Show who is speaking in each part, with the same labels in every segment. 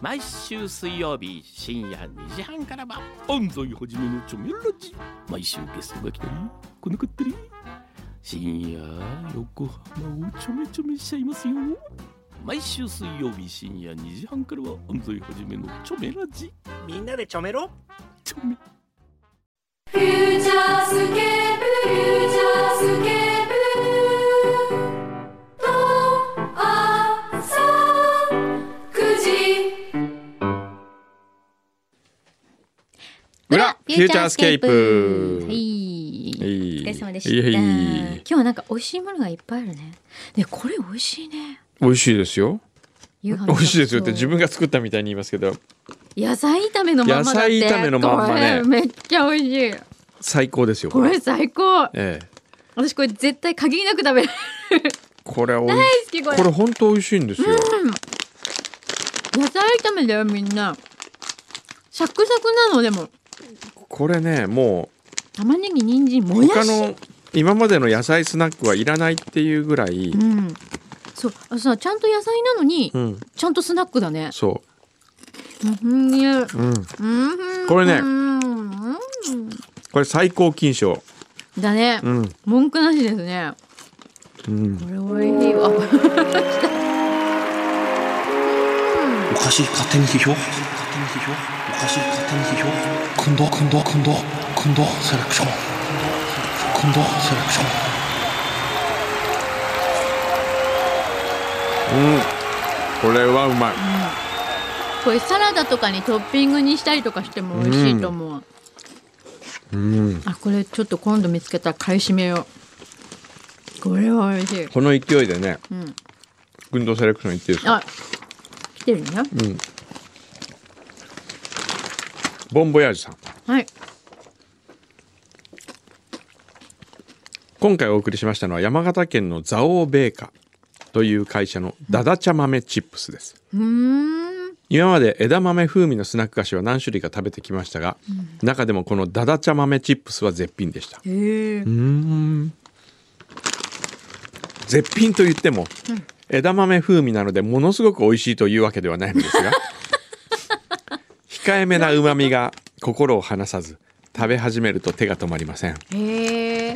Speaker 1: 毎週水曜日深夜2時半からは安西はじめのチョメラジ毎週ゲストが来たり来なかったり深夜横浜をちょめちょめしちゃいますよ毎週水曜日深夜2時半からは安西はじめのチョメラジ
Speaker 2: みんなでちょめろ
Speaker 1: チョメ
Speaker 3: フューチャースケープフューチャースケープと朝9時
Speaker 4: 裏フューチャースケープは
Speaker 5: はい。
Speaker 4: い
Speaker 5: お疲れ様でした。
Speaker 4: いやい
Speaker 5: 今
Speaker 4: や
Speaker 5: 日はなんか美味しいものがいっぱいあるね。ね、これ美味しいね。
Speaker 4: 美味しいですよ
Speaker 5: 夕飯 の
Speaker 4: 美味しいですよって自
Speaker 5: そう
Speaker 4: 分が作ったみたいに言いますけど
Speaker 5: 野菜炒めのまんまだって
Speaker 4: 野菜炒めのまんまね
Speaker 5: これめっちゃ美味しい
Speaker 4: 最高ですよ
Speaker 5: これ最高
Speaker 4: ええ
Speaker 5: 私これ絶対限りなく 食べる
Speaker 4: これ美味
Speaker 5: 大好きこ
Speaker 4: こ
Speaker 5: れ
Speaker 4: れ本当美味しいんですよ
Speaker 5: 野菜炒めだよみんなサクサクなのでも
Speaker 4: これねも
Speaker 5: 玉ねぎ人参
Speaker 4: う
Speaker 5: もやし
Speaker 4: 他の今までの野菜スナックはいらないっていうぐらい
Speaker 5: うんそうあさちゃんと野菜なのに、
Speaker 4: うん
Speaker 5: ちゃんとスナックだね
Speaker 4: そ
Speaker 5: うんうん
Speaker 4: ううん
Speaker 5: うん
Speaker 4: これね
Speaker 5: うん
Speaker 4: これ最高金賞
Speaker 5: だね、
Speaker 4: うん
Speaker 5: 文句なしですね
Speaker 4: うん
Speaker 5: これ美味しいわ
Speaker 6: おかしい勝手に批評おかしい勝手に批評くんどくんどくんどくんどセレクションくんどセレクション
Speaker 4: これはうまい
Speaker 5: これサラダとかにトッピングにしたりとかしても美味しいと思う、
Speaker 4: うん
Speaker 5: あこれちょっと今度見つけたら買い占めようこれは美味しい
Speaker 4: この勢いでね
Speaker 5: ん
Speaker 4: 運動セレクションいってる
Speaker 5: あ来てるね、
Speaker 4: ボンボヤージュさん
Speaker 5: はい
Speaker 4: 今回お送りしましたのは山形県の蔵王ベーカーという会社のダダ茶豆チップスです、
Speaker 5: うーん
Speaker 4: 今まで枝豆風味のスナック菓子は何種類か食べてきましたが、中でもこのダダ茶豆チップスは絶品でした
Speaker 5: へえ
Speaker 4: 絶品と言っても、枝豆風味なのでものすごく美味しいというわけではないのです が控えめな旨味が心を離さず食べ始めると手が止まりません
Speaker 5: へえ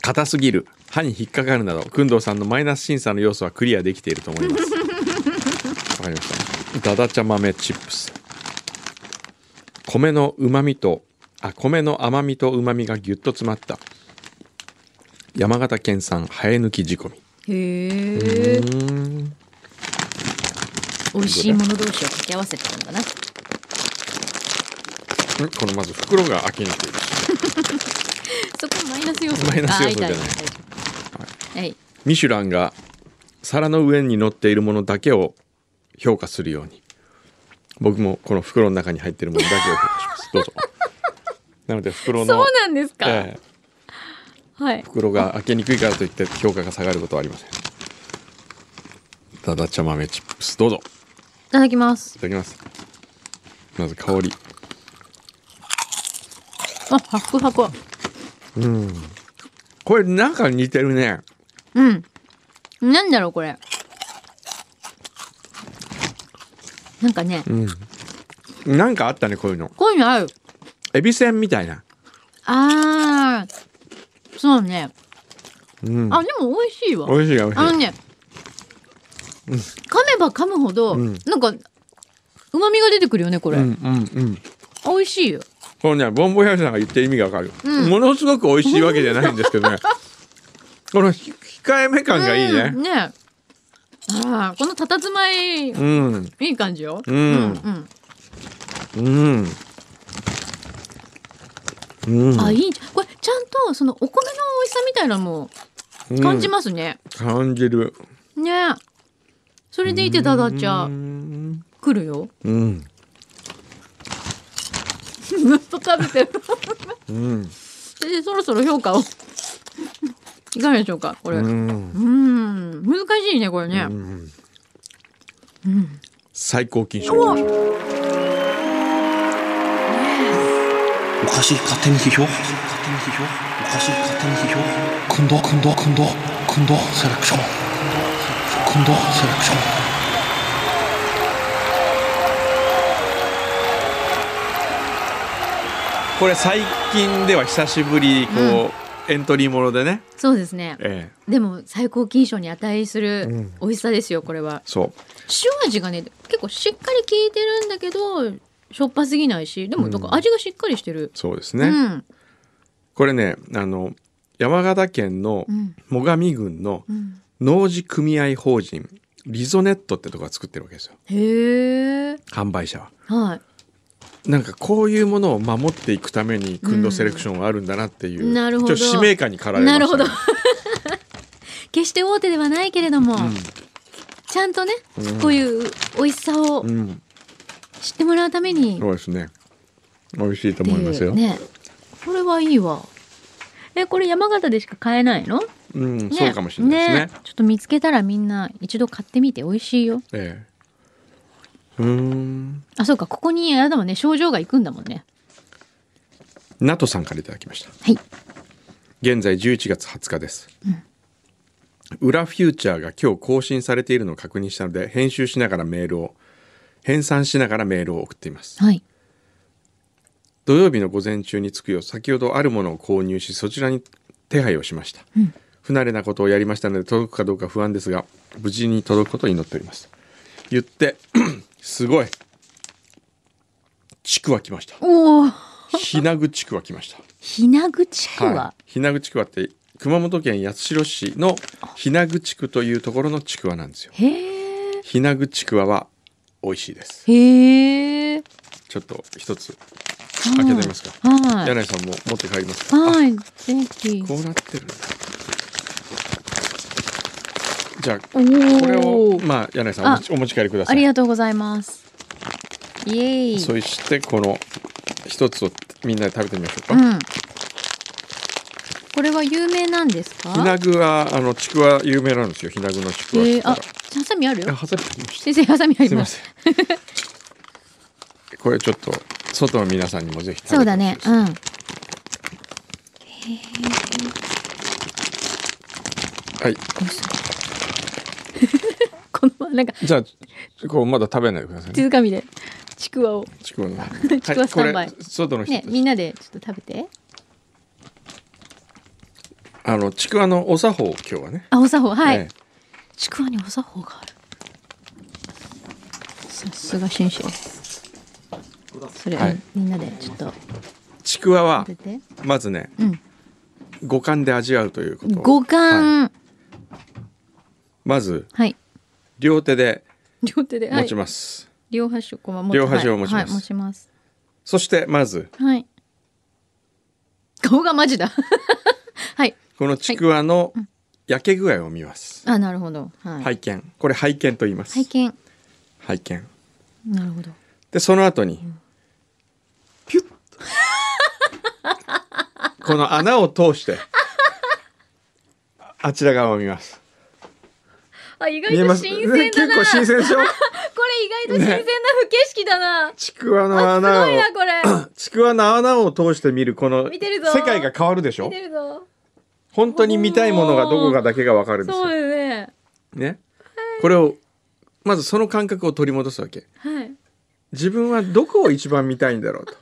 Speaker 4: 硬すぎる歯に引っかかるなど工藤さんのマイナス審査の要素はクリアできていると思いますわかりましたダダ茶豆チップス米の旨味とあ米の甘みと旨味がぎゅっと詰まった山形県産生え抜き仕込み
Speaker 5: へえ美味しいもの同士を掛け合わせたのかな
Speaker 4: んこのまず袋が開きにくい
Speaker 5: そこマイナス要素
Speaker 4: マイナス要素じゃない
Speaker 5: あ大丈夫大丈夫はい
Speaker 4: ミシュランが皿の上に乗っているものだけを評価するように僕もこの袋の中に入っているものだけを評価しますどうぞなので袋の
Speaker 5: そうなんですか、
Speaker 4: ええ
Speaker 5: はい
Speaker 4: 袋が開けにくいからといって評価が下がることはありませんダダ茶豆チップスどうぞ
Speaker 5: いただきます
Speaker 4: いただきますまず香り
Speaker 5: あハクハク
Speaker 4: これなんか似てるね
Speaker 5: うん。なんだろう、これ。なんかね、
Speaker 4: なんかあったねこういうの
Speaker 5: こういうの合う。
Speaker 4: エビせんみたいな
Speaker 5: あー。そうね。
Speaker 4: うん
Speaker 5: あ、でも美味しいわ。
Speaker 4: 美味しい美味しい
Speaker 5: あのね、噛めば噛むほど、なんか、旨味が出てくるよね、これ。
Speaker 4: うんうんうん
Speaker 5: 美味しいよ。
Speaker 4: このねボンボヤージュさんが言ってる意味がわかる、ものすごく美味しいわけじゃないんですけ どねこのひ控えめ感がいいね
Speaker 5: うんね。ああー、この佇まい、い
Speaker 4: うん
Speaker 5: い感じよ。
Speaker 4: うん
Speaker 5: うん。
Speaker 4: うんうん
Speaker 5: あ、いい。これ、ちゃんと、その、お米の美味しさみたいなのも感じますね。
Speaker 4: 感じる
Speaker 5: ねそれでいてダダちゃん来るよ
Speaker 4: うん
Speaker 5: ずっと食べてる先生そろそろ評価をいかがでしょうかこれう
Speaker 4: うんん
Speaker 5: 難しいねこれね
Speaker 4: 最高金賞いきましょう
Speaker 6: おかしい勝手に批評おかしい勝手に批評くんどくんどくんどくんどセレクションくんどセレクション
Speaker 4: これ最近では久しぶりこう、エントリーものでね、
Speaker 5: そうですね。
Speaker 4: ええ、
Speaker 5: でも最高金賞に値す
Speaker 4: う
Speaker 5: る
Speaker 4: ん
Speaker 5: 美味しさですよこれは。
Speaker 4: そう
Speaker 5: 塩味がね結構しっかり効いてるんだけどしょっぱすぎないしでもなんか味がしっかりしてる。
Speaker 4: そうです
Speaker 5: う
Speaker 4: ね、
Speaker 5: ん
Speaker 4: これねあの山形県の
Speaker 5: うん
Speaker 4: 最上郡の
Speaker 5: うん。
Speaker 4: 農事組合法人リゾネットってとこが作ってるわけですよ
Speaker 5: へえ。
Speaker 4: 販売者は
Speaker 5: は
Speaker 4: なんかこういうものを守っていくためにクンドセレクションはあるんだなっていう、
Speaker 5: うんなるほど
Speaker 4: ちょっと使命感に駆られま
Speaker 5: な
Speaker 4: した
Speaker 5: る
Speaker 4: ね、
Speaker 5: ほど。 決して大手ではないけれども、ちゃんとね、こういう美味しさを
Speaker 4: うん、
Speaker 5: 知ってもらうために、
Speaker 4: そうですね美味しいと
Speaker 5: って
Speaker 4: 思い
Speaker 5: い
Speaker 4: ますよ、
Speaker 5: うね。これはいいわ。え、これ山形でしか買えないの？
Speaker 4: うん、
Speaker 5: ね
Speaker 4: そうかもしれないですね
Speaker 5: ちょっと見つけたらみんな一度買ってみて美味しいよ。
Speaker 4: ええうーん
Speaker 5: あ、そうか。ここにあれだもんね。症状が行くんだもんね。
Speaker 4: ナトさんからいただきました
Speaker 5: はい。
Speaker 4: 現在11月20日です、裏フューチャーが今日更新されているのを確認したので編集しながらメールを編纂しながらメールを送っています
Speaker 5: はい。
Speaker 4: 土曜日の午前中に着くよう先ほどあるものを購入しそちらに手配をしました、不慣れなことをやりましたので届くかどうか不安ですが無事に届くことを祈っております言って すごいちくわ来ました
Speaker 5: おお。
Speaker 4: ひなぐちくわ来ました
Speaker 5: ひなぐちくわ。
Speaker 4: はい、ひなぐちくわって熊本県八代市のひなぐ地区というところのちくわなんですよ
Speaker 5: へえ。
Speaker 4: ひなぐちくわは美味しいです
Speaker 5: へえ。
Speaker 4: ちょっと一つ開けてみますか
Speaker 5: はい。
Speaker 4: 柳井さんも持って帰りますか
Speaker 5: はい。ぜひ
Speaker 4: あ。こうなってるんだじゃあ
Speaker 5: おー
Speaker 4: これをまあ柳井さんお
Speaker 5: あ
Speaker 4: 持ちお持ち帰りくださ
Speaker 5: あり
Speaker 4: い
Speaker 5: がとうございます。イエーイ。
Speaker 4: そしてこの一つをみんなで食べてみましょうか、
Speaker 5: うん。これは有名なんですか？
Speaker 4: ひなぐはあのちくわ有名なんですよひなぐのちくわっ
Speaker 5: え
Speaker 4: て言
Speaker 5: ー、
Speaker 4: った
Speaker 5: あ、
Speaker 4: ら
Speaker 5: ハサミある
Speaker 4: いや
Speaker 5: よ。
Speaker 4: 挟んでみました
Speaker 5: 先生ハサミあり
Speaker 4: すいま
Speaker 5: ます。
Speaker 4: せん。これちょっと外の皆さんにもぜひ食べて
Speaker 5: そうだね。うん。
Speaker 4: はい。
Speaker 5: このままなんか
Speaker 4: じゃあこうまだ食べないでください
Speaker 5: 手
Speaker 4: ね。
Speaker 5: づかみでちくわを
Speaker 4: ちくわの。は
Speaker 5: ちくわ
Speaker 4: い
Speaker 5: スタンバイ
Speaker 4: これ外の人
Speaker 5: ね
Speaker 4: たち、
Speaker 5: みんなでちょっと食べて。
Speaker 4: あのちくわのお作法を今日はね。
Speaker 5: あ、お作法はい、
Speaker 4: え
Speaker 5: ちくわにお作法がある。さすが紳士です。それ、
Speaker 4: はい
Speaker 5: みんなでちょっと
Speaker 4: えちくわは
Speaker 5: 食べて。
Speaker 4: まずね、
Speaker 5: うん
Speaker 4: 五感で味わうということ。
Speaker 5: 五
Speaker 4: はい
Speaker 5: 感、はい、
Speaker 4: まず両手で
Speaker 5: 両手で、は
Speaker 4: 持
Speaker 5: い
Speaker 4: ち、ます。
Speaker 5: 両端をこう持って
Speaker 4: 両端を持ちます
Speaker 5: はい、はい持ちます。
Speaker 4: そしてまず
Speaker 5: はい。顔がマジだ。 はい。
Speaker 4: このちくわの焼け具合を見ます。
Speaker 5: あ、なるほど。はい。
Speaker 4: 拝見。これ拝見と言います。
Speaker 5: 拝見。
Speaker 4: 拝見。
Speaker 5: なるほど。
Speaker 4: でその後に、ピュッ とこの穴を通してああちら側を見ます
Speaker 5: あ、意外
Speaker 4: 見え
Speaker 5: と
Speaker 4: ます
Speaker 5: 新鮮だ
Speaker 4: 結
Speaker 5: な。
Speaker 4: 構新鮮でしょ
Speaker 5: これ意外と新鮮な不景色だな。
Speaker 4: ちくわの
Speaker 5: あす
Speaker 4: 穴
Speaker 5: ごい
Speaker 4: を
Speaker 5: な、これ。
Speaker 4: ちくわの穴を通して見るこの
Speaker 5: 見てるぞ
Speaker 4: 世界が変わるでし
Speaker 5: 見
Speaker 4: ょ
Speaker 5: てるぞ。
Speaker 4: 本当に見たいものがどこかだけがわかるんです
Speaker 5: そう
Speaker 4: よ、
Speaker 5: ですね。
Speaker 4: ね、これをまずその感覚を取り戻すわけ
Speaker 5: はい。
Speaker 4: 自分はどこを一番見たいんだろうと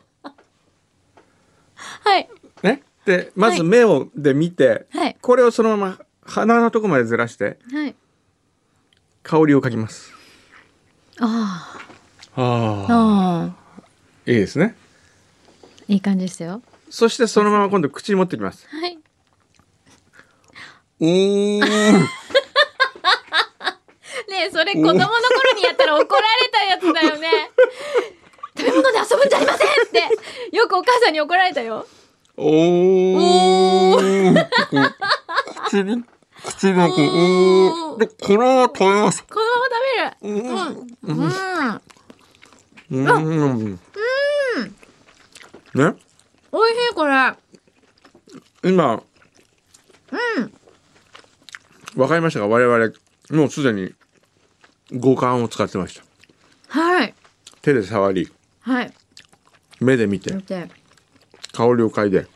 Speaker 5: はい。
Speaker 4: ねでまず
Speaker 5: はい
Speaker 4: 目をで見て、
Speaker 5: はい
Speaker 4: これをそのまま鼻のとこまでずらして
Speaker 5: はい。
Speaker 4: 香りを嗅ぎます
Speaker 5: ああ。
Speaker 4: ああ
Speaker 5: ああ。
Speaker 4: いいですね
Speaker 5: いい感じでしたよ。
Speaker 4: そしてそのまま今度口に持ってきます
Speaker 5: はい。
Speaker 4: うーん
Speaker 5: ねえそれ子供の頃にやったら怒られたやつだよね食べ物で遊ぶんじゃありませんってよくお母さんに怒られたよ
Speaker 4: おーん口に口のこう
Speaker 5: お
Speaker 4: う
Speaker 5: ー
Speaker 4: ーんでこれは食べます
Speaker 5: このまま食べるうん、うん
Speaker 4: うーんね
Speaker 5: 美味しいこれ
Speaker 4: 今うんわかりましたか我々もうすでに五感を使ってました
Speaker 5: はい
Speaker 4: 手で触り
Speaker 5: はい
Speaker 4: 目で見て
Speaker 5: 見て
Speaker 4: 香りを嗅いで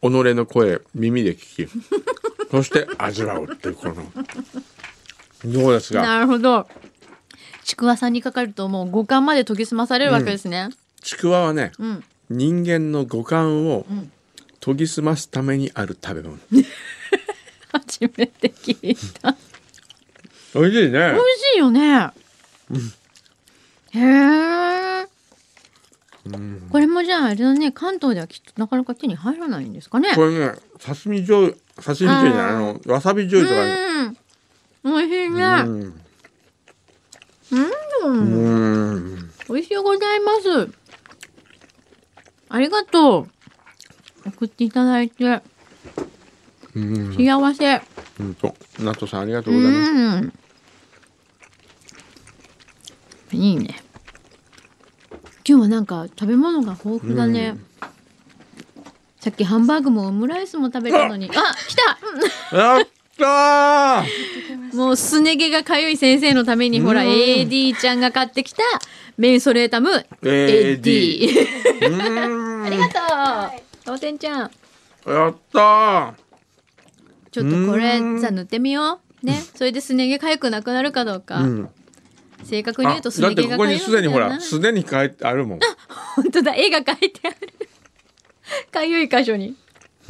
Speaker 4: 己の声耳で聞きそして味わうっていうこのどうですが
Speaker 5: なるほどちくわさんにかかるともう五感まで研ぎ澄まされるわけですね
Speaker 4: ちくわはね
Speaker 5: うん
Speaker 4: 人間の五感を
Speaker 5: ん
Speaker 4: 研ぎ澄ますためにある食べ物、
Speaker 5: 初めて聞いた。
Speaker 4: 美味しいね
Speaker 5: 美味しいよね。へえ。これもじゃああれだね関東ではきっとなかなか手に入らないんですかね。
Speaker 4: これね刺身醤油刺身醤油じゃないあのわさび醤油とかね
Speaker 5: うん。美味しいね。
Speaker 4: うん
Speaker 5: う
Speaker 4: う
Speaker 5: ん。
Speaker 4: ん
Speaker 5: 美味しゅうございます。ありがとう。送っていただいて
Speaker 4: うん
Speaker 5: 幸せ。
Speaker 4: 本当ナットさんありがとう
Speaker 5: う
Speaker 4: ございます
Speaker 5: ん。いいね。今日はなんか食べ物が豊富だね。さっきハンバーグもオムライスも食べたのに、あ、来た。
Speaker 4: やったー
Speaker 5: もうすね毛がかゆい先生のためにほら AD ちゃんが買ってきたメンソレータム
Speaker 4: AD
Speaker 5: AD
Speaker 4: うん
Speaker 5: ありがとう当店ちゃん
Speaker 4: やったー
Speaker 5: ちょっとこれ
Speaker 4: うん
Speaker 5: さ塗ってみようねそれですね毛かゆくなくなるかどうか、
Speaker 4: うん
Speaker 5: 正確に
Speaker 4: あ
Speaker 5: 言うとすね
Speaker 4: だって
Speaker 5: 毛
Speaker 4: こ
Speaker 5: が
Speaker 4: こ
Speaker 5: かゆ
Speaker 4: に
Speaker 5: い
Speaker 4: すでにほら
Speaker 5: 本
Speaker 4: すでに書いてあるもん
Speaker 5: 当だ絵が描いてあるかゆい箇所に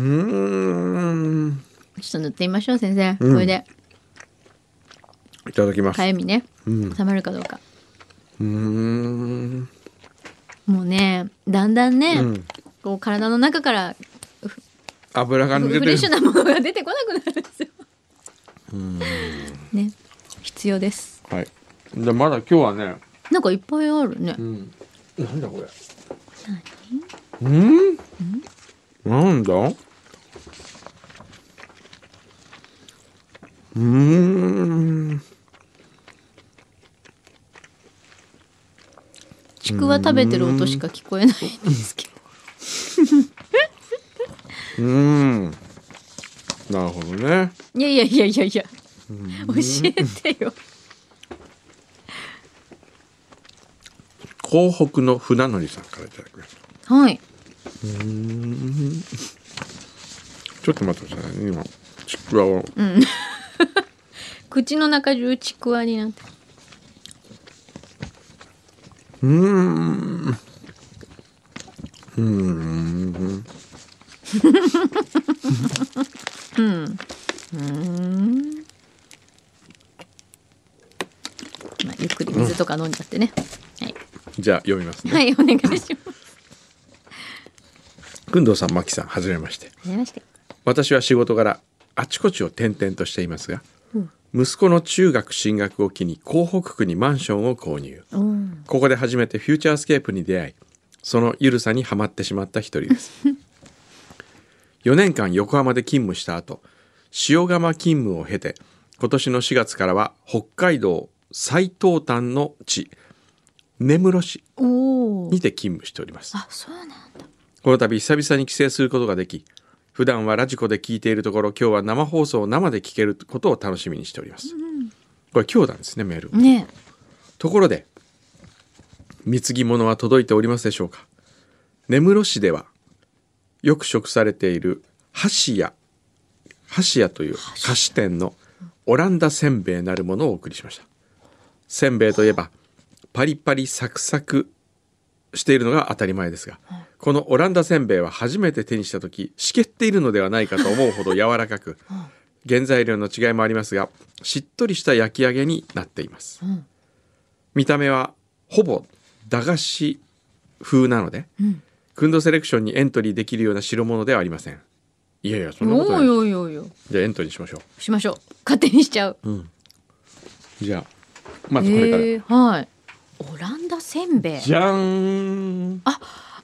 Speaker 4: うん
Speaker 5: ちょっと塗ってみましょう先生、
Speaker 4: うん
Speaker 5: これで
Speaker 4: いただきます
Speaker 5: かゆみね
Speaker 4: うん
Speaker 5: 収まるかどうか
Speaker 4: うん
Speaker 5: もうねだんだんね、
Speaker 4: うん
Speaker 5: こう体の中から
Speaker 4: 油が
Speaker 5: フ
Speaker 4: 抜け
Speaker 5: レッシ
Speaker 4: て
Speaker 5: ュ
Speaker 4: る
Speaker 5: なものが出てこなくなるんですよね必要です
Speaker 4: はいでまだ今日はね
Speaker 5: なんかいっぱいあるね、
Speaker 4: うんなんだこれうんなんだうん
Speaker 5: ちくわ食べてる音しか聞こえないんですけど
Speaker 4: うんなるほどね
Speaker 5: いやいやいやいやいや教えてよ
Speaker 4: 広北の船乗りさんからいただきました
Speaker 5: はい
Speaker 4: ちょっと待ってくださいね今ちくわを
Speaker 5: 口の中中ちくわになって
Speaker 4: うーん。うーん。
Speaker 5: まあ、ゆっくり水とか飲んじゃってね、はい
Speaker 4: じゃあ読みますね。
Speaker 5: はい、お願いします。
Speaker 4: くんどうさん、まきさん、はじめまして。
Speaker 5: はじめまして。
Speaker 4: 私は仕事柄、あちこちを転々としていますが、息子の中学進学を機に港北区にマンションを購入。
Speaker 5: うん、
Speaker 4: ここで初めてフューチャースケープに出会い、そのゆるさにはまってしまった一人です。4年間横浜で勤務した後、塩釜勤務を経て、今年の4月からは北海道最東端の地、根室市
Speaker 5: おお。
Speaker 4: にて勤務しております。
Speaker 5: あ、そうなんだ。
Speaker 4: この度久々に帰省することができ、普段はラジコで聞いているところ、今日は生放送を生で聞けることを楽しみにしております。これ今日なんですね、メール。
Speaker 5: ね
Speaker 4: ところで貢ぎ物は届いておりますでしょうか根室市ではよく食されている箸屋箸屋という菓子店のオランダせんべいなるものをお送りしましたせんべいといえばパリパリサクサクしているのが当たり前ですがこのオランダせんべいは初めて手にした時しけっているのではないかと思うほど柔らかく原材料の違いもありますがしっとりした焼き上げになっています見た目はほぼ駄菓子風なので、クンドセレクションにエントリーできるような代物ではありませんいやいやそ
Speaker 5: え。
Speaker 4: んなこと
Speaker 5: お
Speaker 4: ない
Speaker 5: いおいおいおい。
Speaker 4: じゃあエントリーしましょ
Speaker 5: しましょう。勝手にしちゃう。
Speaker 4: うじゃあまずこれから、
Speaker 5: ええはい。オランダせんべい。
Speaker 4: じゃーん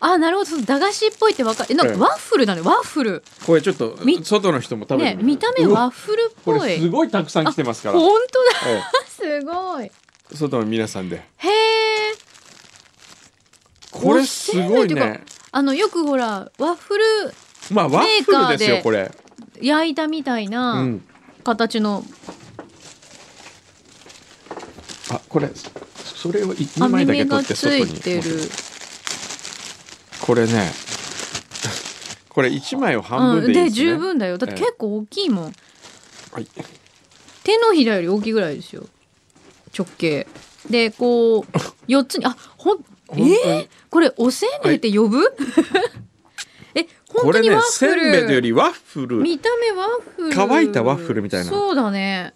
Speaker 5: あ、なるほど。その駄菓子っぽいってわかる。えなん
Speaker 4: え
Speaker 5: か
Speaker 4: え
Speaker 5: ワッフルだね。ワッフル。
Speaker 4: これちょっと
Speaker 5: み
Speaker 4: 外の人も食べて
Speaker 5: ね、
Speaker 4: みて
Speaker 5: 見た目
Speaker 4: う
Speaker 5: ワ
Speaker 4: わ
Speaker 5: ッフルっ
Speaker 4: こ
Speaker 5: ぽ
Speaker 4: れす
Speaker 5: い。
Speaker 4: ごいたくさん来てますから、
Speaker 5: 本当だ。
Speaker 4: え
Speaker 5: すごい。
Speaker 4: え外の皆さんで
Speaker 5: へえ。
Speaker 4: これすごい
Speaker 5: おせんべって
Speaker 4: ね
Speaker 5: うかあのよくほらワッフル
Speaker 4: まあワッフルですよ
Speaker 5: メーカーで
Speaker 4: これ
Speaker 5: 焼いたみたいうなん形の、
Speaker 4: あこれそれを2枚
Speaker 5: 網
Speaker 4: だけ取
Speaker 5: 目が
Speaker 4: って
Speaker 5: つ
Speaker 4: 外に
Speaker 5: いてる。
Speaker 4: これねこれ1枚を半
Speaker 5: う
Speaker 4: 分でい
Speaker 5: ん、
Speaker 4: い
Speaker 5: で
Speaker 4: です、ね
Speaker 5: 十分だよ。だって結構大きいもん。
Speaker 4: はい
Speaker 5: 手のひらより大きいぐらいですよ直径でこう4つにあほん
Speaker 4: 本当に
Speaker 5: これおせんべいって呼ぶ、 え
Speaker 4: こ
Speaker 5: 本当
Speaker 4: れ
Speaker 5: に
Speaker 4: ね
Speaker 5: ワッフ
Speaker 4: せ
Speaker 5: ル、
Speaker 4: んべいというよりワッフル
Speaker 5: 見た目ワッフル
Speaker 4: 乾いたワッフルみたいな
Speaker 5: そうだね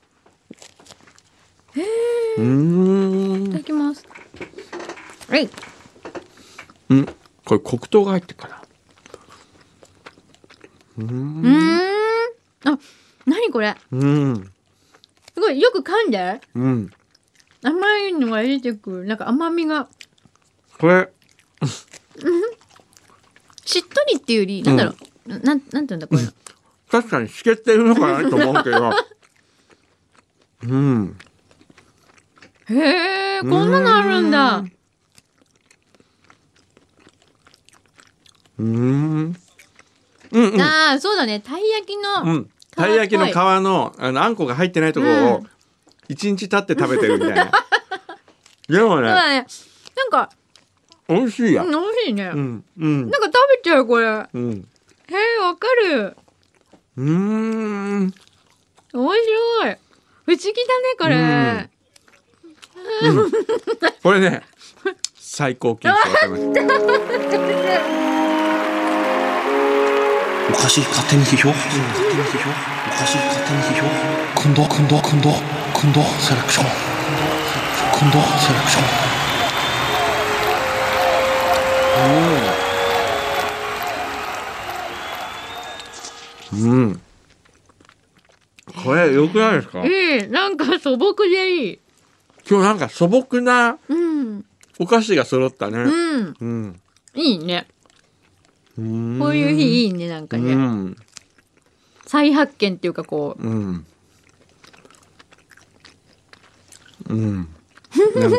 Speaker 4: う
Speaker 5: い
Speaker 4: ー
Speaker 5: た
Speaker 4: ん
Speaker 5: だきますはい
Speaker 4: うんこれ黒糖が入ってるから
Speaker 5: うーんあ何これ
Speaker 4: うん
Speaker 5: すごいよく噛んで
Speaker 4: うん
Speaker 5: 甘いのが出てくるなんか甘みが
Speaker 4: これ
Speaker 5: しっとりっていうよりなんだろう、なんなんていうんだこれ、
Speaker 4: 確かにしけってるのかなと思うけどうん
Speaker 5: へえこんなのあるんだ
Speaker 4: うーんうんうん
Speaker 5: ああそうだねたい焼きの、
Speaker 4: うんたい焼きの
Speaker 5: 皮っ
Speaker 4: 皮
Speaker 5: ぽい
Speaker 4: のあのあんこが入ってないところ
Speaker 5: う
Speaker 4: を一日経って食べてるみたい なでも
Speaker 5: そうだ
Speaker 4: ね
Speaker 5: ねなんか
Speaker 4: 美味しいや
Speaker 5: うん美味しいね、
Speaker 4: うんうん
Speaker 5: なんか食べちゃうこれへ
Speaker 4: うん
Speaker 5: えわかる
Speaker 4: うーん
Speaker 5: 面白い不思議だね
Speaker 4: これね最高級ですわかりました
Speaker 6: おかしい勝手に批評勝手に批評おかしい勝手に批評今度今度今度今度セレクション今度セレクション
Speaker 4: うんこれよくないですか
Speaker 5: これいいなんか素朴でいい
Speaker 4: 今日なんか素朴な
Speaker 5: うん
Speaker 4: お菓子が揃ったね
Speaker 5: うん
Speaker 4: うん
Speaker 5: いいね
Speaker 4: うん
Speaker 5: こういう日いいねなんか
Speaker 4: う
Speaker 5: ね
Speaker 4: ん
Speaker 5: 再発見っていうかこう
Speaker 4: うんうんなんか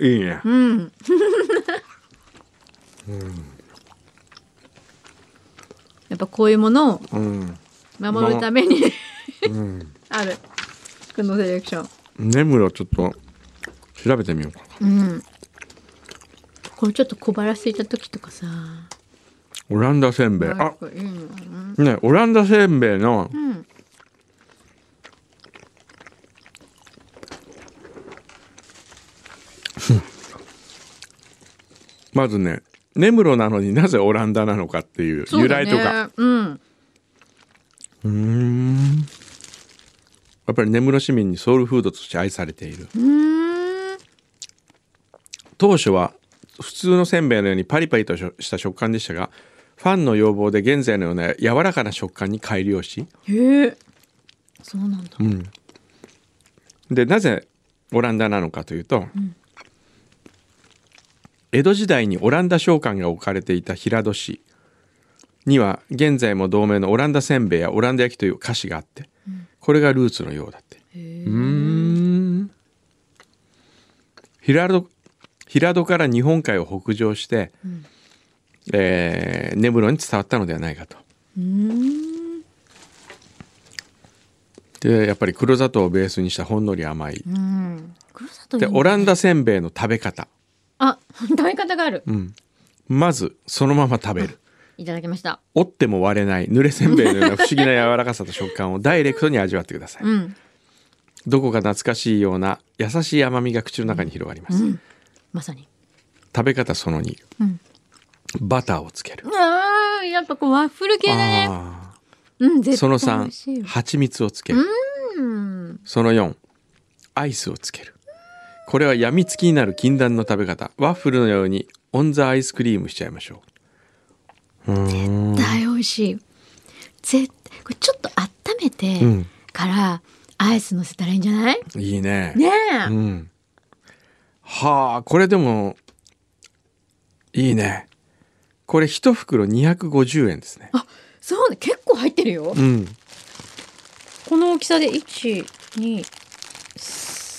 Speaker 4: いいね
Speaker 5: うんやっぱこういうものを
Speaker 4: うん
Speaker 5: 守るために
Speaker 4: うん
Speaker 5: あるこのセレクション
Speaker 4: 根室ちょっと調べてみようかな
Speaker 5: うんこれちょっと小腹空いた時とかさ
Speaker 4: オランダせんべいあ
Speaker 5: いいのうん
Speaker 4: ねオランダせんべいの
Speaker 5: うん
Speaker 4: まずね根室なのになぜオランダなのかっていう
Speaker 5: そう
Speaker 4: 由
Speaker 5: だ
Speaker 4: 来
Speaker 5: ね
Speaker 4: とか
Speaker 5: うん
Speaker 4: う,、んやっぱり根室市民にソウルフードとして愛されている
Speaker 5: うーん
Speaker 4: 当初は普通のせんべいのようにパリパリとした食感でしたがファンの要望で現在のような柔らかな食感に改良し
Speaker 5: へえそうなんだ
Speaker 4: でなぜオランダなのかというと、江戸時代にオランダ商館が置かれていた平戸市には現在も同名のオランダせんべいやオランダ焼きという菓子があって、これがルーツのようだって。うーん平戸平戸から日本海を北上して、えー根室に伝わったのではないかと。
Speaker 5: うーん
Speaker 4: でやっぱり黒砂糖をベースにしたほんのり甘い
Speaker 5: うん黒砂糖いい
Speaker 4: で
Speaker 5: ね
Speaker 4: オランダせんべいの食べ方
Speaker 5: あ 食べ方がある
Speaker 4: まずそのまま食べる
Speaker 5: いただきました
Speaker 4: 折っても割れない濡れせんべいのような不思議な柔らかさと食感をダイレクトに味わってください、
Speaker 5: うん
Speaker 4: どこか懐かしいような優しい甘みが口の中に広がります、
Speaker 5: まさに
Speaker 4: 食べ方その2、
Speaker 5: うん
Speaker 4: バターをつける
Speaker 5: あーやっぱこうワッフル系だね
Speaker 4: あ
Speaker 5: うん
Speaker 4: ー
Speaker 5: 絶
Speaker 4: そ
Speaker 5: 対
Speaker 4: の
Speaker 5: 美味しい
Speaker 4: 3
Speaker 5: よ
Speaker 4: 蜂蜜をつける
Speaker 5: うん
Speaker 4: その4アイスをつけるこれは病みつきになる禁断の食べ方ワッフルのようにオンザアイスクリームしちゃいましょううーん
Speaker 5: 大美味しい絶対これちょっと温めて
Speaker 4: ん
Speaker 5: からアイス乗せたらいいんじゃない
Speaker 4: いいね
Speaker 5: ね
Speaker 4: う
Speaker 5: え
Speaker 4: ん。はあ、これでも、いいね。これ一袋250円ですね。
Speaker 5: そうね結構入ってるよ
Speaker 4: うん。
Speaker 5: この大きさで1 2 3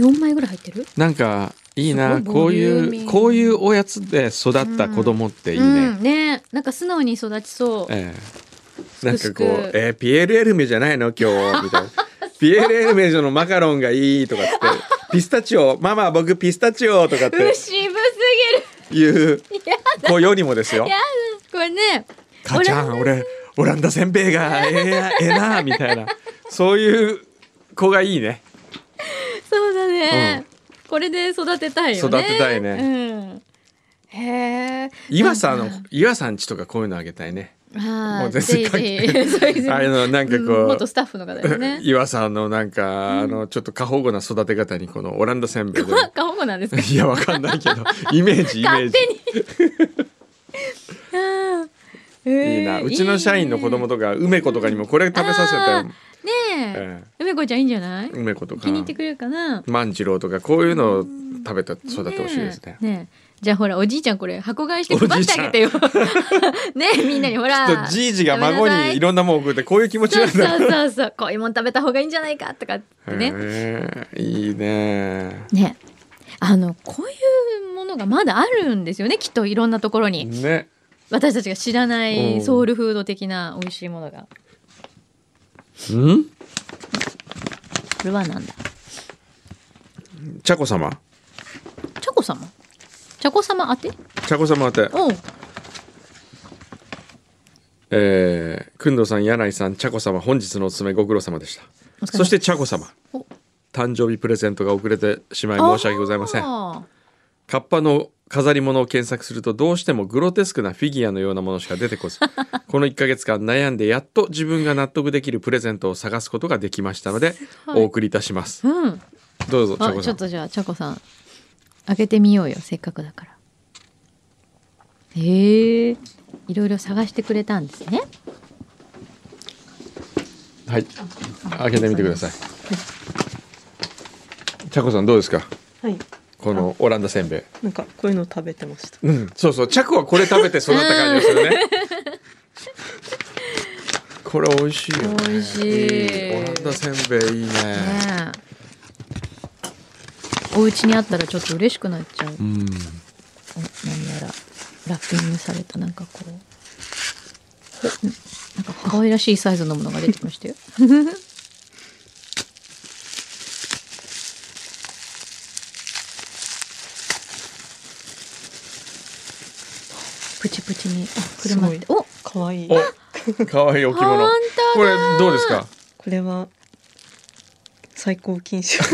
Speaker 5: 4枚ぐらい入ってる
Speaker 4: なんか、いいな。
Speaker 5: すごい
Speaker 4: こう
Speaker 5: ボリューミ
Speaker 4: い
Speaker 5: ー
Speaker 4: う、こういうおやつで育った子供っていいね。
Speaker 5: うん、ねえなんか素直に育ちそう
Speaker 4: ええなんか
Speaker 5: くす
Speaker 4: こ
Speaker 5: く
Speaker 4: う、えー、ピエール・エルメじゃないの今 日、みたいな。ピエール・エルメのマカロンがいいとかって、ピスタチオ、ママ僕ピスタチオとかっ
Speaker 5: う
Speaker 4: て
Speaker 5: ん渋すぎる
Speaker 4: いう子よりもですよ。
Speaker 5: やだこれね
Speaker 4: 母ちゃん俺オランダせんべいがええやええなみたいなそういう子がいいね
Speaker 5: そうだね、これで育てたいよね
Speaker 4: 育てたい
Speaker 5: ね、うん、へえ
Speaker 4: 岩さんの岩さんちとかこういうのあげたいね
Speaker 5: あ
Speaker 4: も
Speaker 5: あ
Speaker 4: う全然関係 ない
Speaker 5: そうですね
Speaker 4: あのなんかこう
Speaker 5: うん元スタッフの方ですね
Speaker 4: 岩さんのなんか、あのちょっと過保護な育て方にこのオランダせんべいでも
Speaker 5: 過保護なんですか
Speaker 4: いやわかんないけどイメージイメー
Speaker 5: 勝
Speaker 4: ジ
Speaker 5: 手 にあーへー
Speaker 4: いいなうちの社員の子供
Speaker 5: いいね
Speaker 4: とか梅子とかにもこれ食べさせたよ、
Speaker 5: ねえ、
Speaker 4: え
Speaker 5: 梅子ちゃんいいんじゃない
Speaker 4: え梅子と
Speaker 5: 気
Speaker 4: か
Speaker 5: に入ってくれるかな
Speaker 4: 万次郎とかこういうのを食べて育てほしいですね
Speaker 5: ねえねえじゃあほらおじいちゃんこれ箱買いして配ってあげてよ ねえみんなにほ
Speaker 4: ちょっ
Speaker 5: ら
Speaker 4: とじいじが孫にいろんなもん送ってこういう気持ち
Speaker 5: そう
Speaker 4: なんだ
Speaker 5: そうそうそうこういうもん食べた方がいいんじゃないかとかってね、
Speaker 4: へえいいね
Speaker 5: ねあのこういうものがまだあるんですよねきっといろんなところに
Speaker 4: ね
Speaker 5: 私たちが知らな
Speaker 4: う
Speaker 5: い
Speaker 4: ん
Speaker 5: ソウルフード的な美味しいものが
Speaker 4: うん
Speaker 5: これはなんだ
Speaker 4: 茶子様
Speaker 5: チャコ様チャコ様宛て
Speaker 4: 茶子様宛て
Speaker 5: おう
Speaker 4: えー、くんどうさん柳井さん茶子様本日のおすすめご苦労様でした
Speaker 5: お疲れ様
Speaker 4: そして茶子様
Speaker 5: お
Speaker 4: 誕生日プレゼントが遅れてしまい申し訳ございません
Speaker 5: あ
Speaker 4: カッパの飾り物を検索するとどうしてもグロテスクなフィギュアのようなものしか出てこ ずこの1ヶ月間悩んでやっと自分が納得できるプレゼントを探すことができましたので
Speaker 5: ごい
Speaker 4: お送りいたします
Speaker 5: ーうん
Speaker 4: どうぞ茶
Speaker 5: あ
Speaker 4: 子
Speaker 5: ち
Speaker 4: さ
Speaker 5: ょっ
Speaker 4: ん
Speaker 5: とじゃあチャコさん開けてみようよせっかくだからへえいろいろ探してくれたんですね
Speaker 4: はい開けてみてください茶子さんどうですか
Speaker 2: はい。
Speaker 4: このオランダせんべい
Speaker 2: なんかこういうの食べてました。
Speaker 4: うん、そうそう、チャクはこれ食べて育った感じがするね。これ美味しいよ、ね。
Speaker 5: 美味しい
Speaker 4: オランダせんべいいいね。
Speaker 5: ねえお家にあったらちょっと嬉しくなっちゃ
Speaker 4: う
Speaker 5: う、
Speaker 4: ん、
Speaker 5: お何やらラッピングされたなんかこうほなんか可愛らしいサイズのものが出てきましたよ プチプチにくるまって
Speaker 2: す
Speaker 5: お
Speaker 2: 可愛いい。
Speaker 4: お、可愛いお着物
Speaker 5: 本。当
Speaker 4: これ
Speaker 5: だ
Speaker 4: どうですか。
Speaker 2: これは最高 金賞。
Speaker 6: お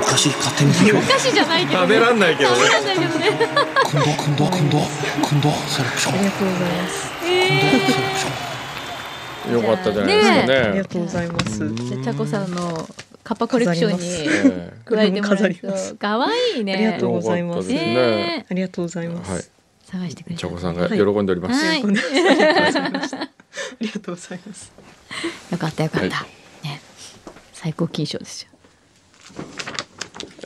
Speaker 6: かしい勝手に批評
Speaker 5: お菓子じゃないけど
Speaker 4: 食べ
Speaker 5: ね
Speaker 4: らんないけどね。
Speaker 5: 食べらんないけどね
Speaker 6: 今度今度今度今度セレクション
Speaker 2: あ
Speaker 6: 今
Speaker 2: りがとうござ
Speaker 4: よかったじゃ
Speaker 6: 度セレクション
Speaker 2: います。
Speaker 4: ないですか
Speaker 2: あり
Speaker 4: ね
Speaker 2: が。とうございます。
Speaker 5: じゃあタコさんのカッパコレクション
Speaker 2: 飾
Speaker 5: に
Speaker 4: え
Speaker 5: 加えてもら
Speaker 2: 飾
Speaker 5: う
Speaker 2: ります
Speaker 5: と可愛いね。
Speaker 2: ありが
Speaker 4: え
Speaker 2: とうございます
Speaker 4: よかったですね。
Speaker 5: ね
Speaker 2: ありがとうございます。
Speaker 4: は
Speaker 5: 探してく
Speaker 4: い、
Speaker 5: れた
Speaker 4: チャコさんが喜んでおります。
Speaker 5: はい
Speaker 2: ありがとうございま した。ありがとうございます。
Speaker 5: よかったよかった。
Speaker 4: は
Speaker 5: ね、最高金賞ですよ。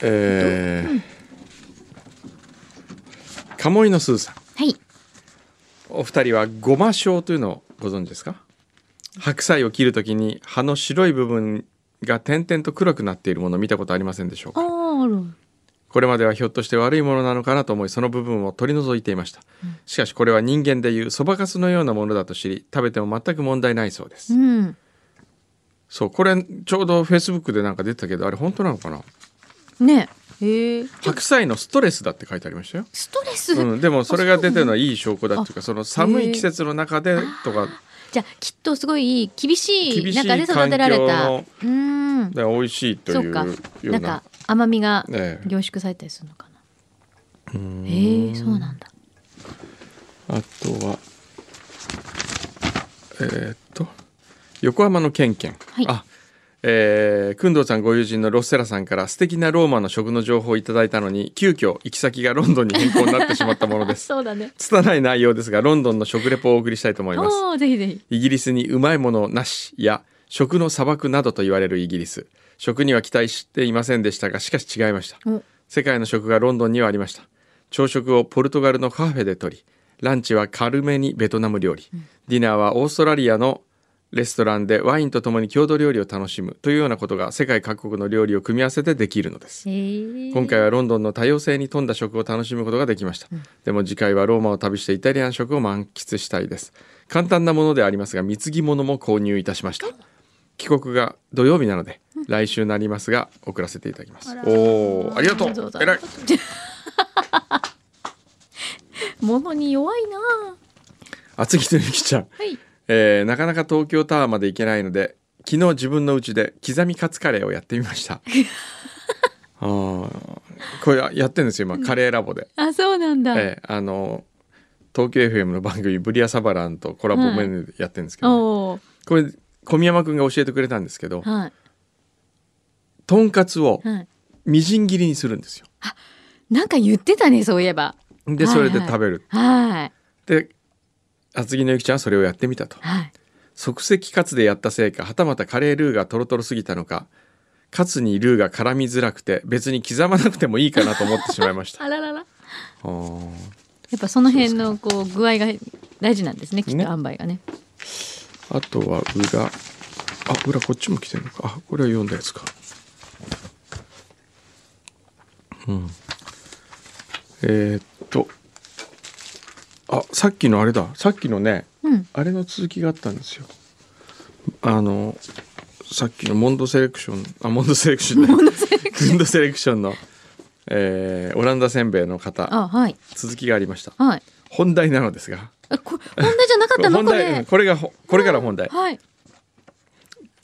Speaker 4: えー、鴨居のすずさん。
Speaker 5: はい。
Speaker 4: お二人はごま症というのをご存知ですか白菜を切るときに葉の白い部分が点々と黒くなっているものを見たことありませんでしょうか
Speaker 5: あーある。
Speaker 4: これまではひょっとして悪いものなのかなと思いその部分を取り除いていましたしかしこれは人間でいうそばかすのようなものだと知り食べても全く問題ないそうで
Speaker 5: う
Speaker 4: す
Speaker 5: ん。
Speaker 4: そうこれちょうどフェイスブックでなんか出てたけどあれ本当なのかな
Speaker 5: ね。へえ。ちょ
Speaker 4: 白菜のストレスだって書いてありましたよ
Speaker 5: ストレス。
Speaker 4: うん、でもそれが出てるのはいい証拠だっていうかその寒い季節の中でとか
Speaker 5: じゃあきっとすごい厳し
Speaker 4: 厳
Speaker 5: い
Speaker 4: しい
Speaker 5: 中で育てられ
Speaker 4: 環
Speaker 5: た。
Speaker 4: 境の
Speaker 5: うーん。
Speaker 4: で美味しいと
Speaker 5: そ
Speaker 4: いうう
Speaker 5: か。
Speaker 4: よう
Speaker 5: なん
Speaker 4: な
Speaker 5: か甘みが
Speaker 4: ええ
Speaker 5: 凝縮されたりするのか
Speaker 4: う
Speaker 5: な。
Speaker 4: ん
Speaker 5: へえ、そうなんだ。
Speaker 4: あとはえーっと横浜のケンケン、
Speaker 5: はい
Speaker 4: あえー、くんどうさんご友人のロッセラさんから素敵なローマの食の情報をいただいたのに急遽行き先がロンドンに変更になってしまったもので す
Speaker 5: そうだね。
Speaker 4: 拙い内容ですがロンドンの食レポをお送りしたいと思います
Speaker 5: おお、ぜひぜひ。
Speaker 4: イギリスにうまいものなしや食の砂漠などと言われるイギリス食には期待していませんでしたがしかし違いました
Speaker 5: お
Speaker 4: 世界の食がロンドンにはありました朝食をポルトガルのカフェでとりランチは軽めにベトナム料理、ディナーはオーストラリアのレストランでワインとともに郷土料理を楽しむというようなことが世界各国の料理を組み合わせてできるのです
Speaker 5: へえ。
Speaker 4: 今回はロンドンの多様性に富んだ食を楽しむことができました、でも次回はローマを旅してイタリアン食を満喫したいです簡単なものでありますが貢ぎ物も購入いたしました帰国が土曜日なので来週になりますが送らせていただきますおおありがと
Speaker 5: ど
Speaker 4: う
Speaker 5: ぞ
Speaker 4: えらい
Speaker 5: 物に弱いな
Speaker 4: 厚木のゆきちゃん、
Speaker 5: はい
Speaker 4: えーなかなか東京タワーまで行けないので昨日自分の家で刻みカツカレーをやってみました あーこれやってるんですよ今カレーラボで、
Speaker 5: あそうなんだ、
Speaker 4: ええあの東京 FM の番組「ブリアサバラン」とコラボメニューでやってるんですけどね、
Speaker 5: おお
Speaker 4: これ小宮山くんが教えてくれたんですけど
Speaker 5: は
Speaker 4: とんかつを
Speaker 5: いはい
Speaker 4: みじん切りにするんですよ
Speaker 5: なんか言ってたねそういえば
Speaker 4: でそれで食べる、
Speaker 5: はい
Speaker 4: で厚木のゆきちゃんはそれをやってみたと
Speaker 5: はい
Speaker 4: 即席カツでやったせいかはたまたカレールーがとろとろすぎたのかカツにルーが絡みづらくて別に刻まなくてもいいかなと思ってしまいまし た
Speaker 5: あららら
Speaker 4: あー
Speaker 5: やっぱその辺のこう具合が大事なんですねきっと
Speaker 4: ね
Speaker 5: 塩梅がね
Speaker 4: あとは裏あ裏こっちも来てるのかあこれは読んだやつかうんえーっとあさっきのあれださっきのね
Speaker 5: うん
Speaker 4: あれの続きがあったんですよあのさっきのモンドセレクションあモンドセレクション モンドセレクションモンドセレクションの、えーオランダせんべいの方
Speaker 5: あはい
Speaker 4: 続きがありました
Speaker 5: はい
Speaker 4: 本題なのですが
Speaker 5: あこ本題じゃなかったの
Speaker 4: 本
Speaker 5: こ
Speaker 4: 題うん
Speaker 5: れ
Speaker 4: これがほこれから本題、
Speaker 5: はい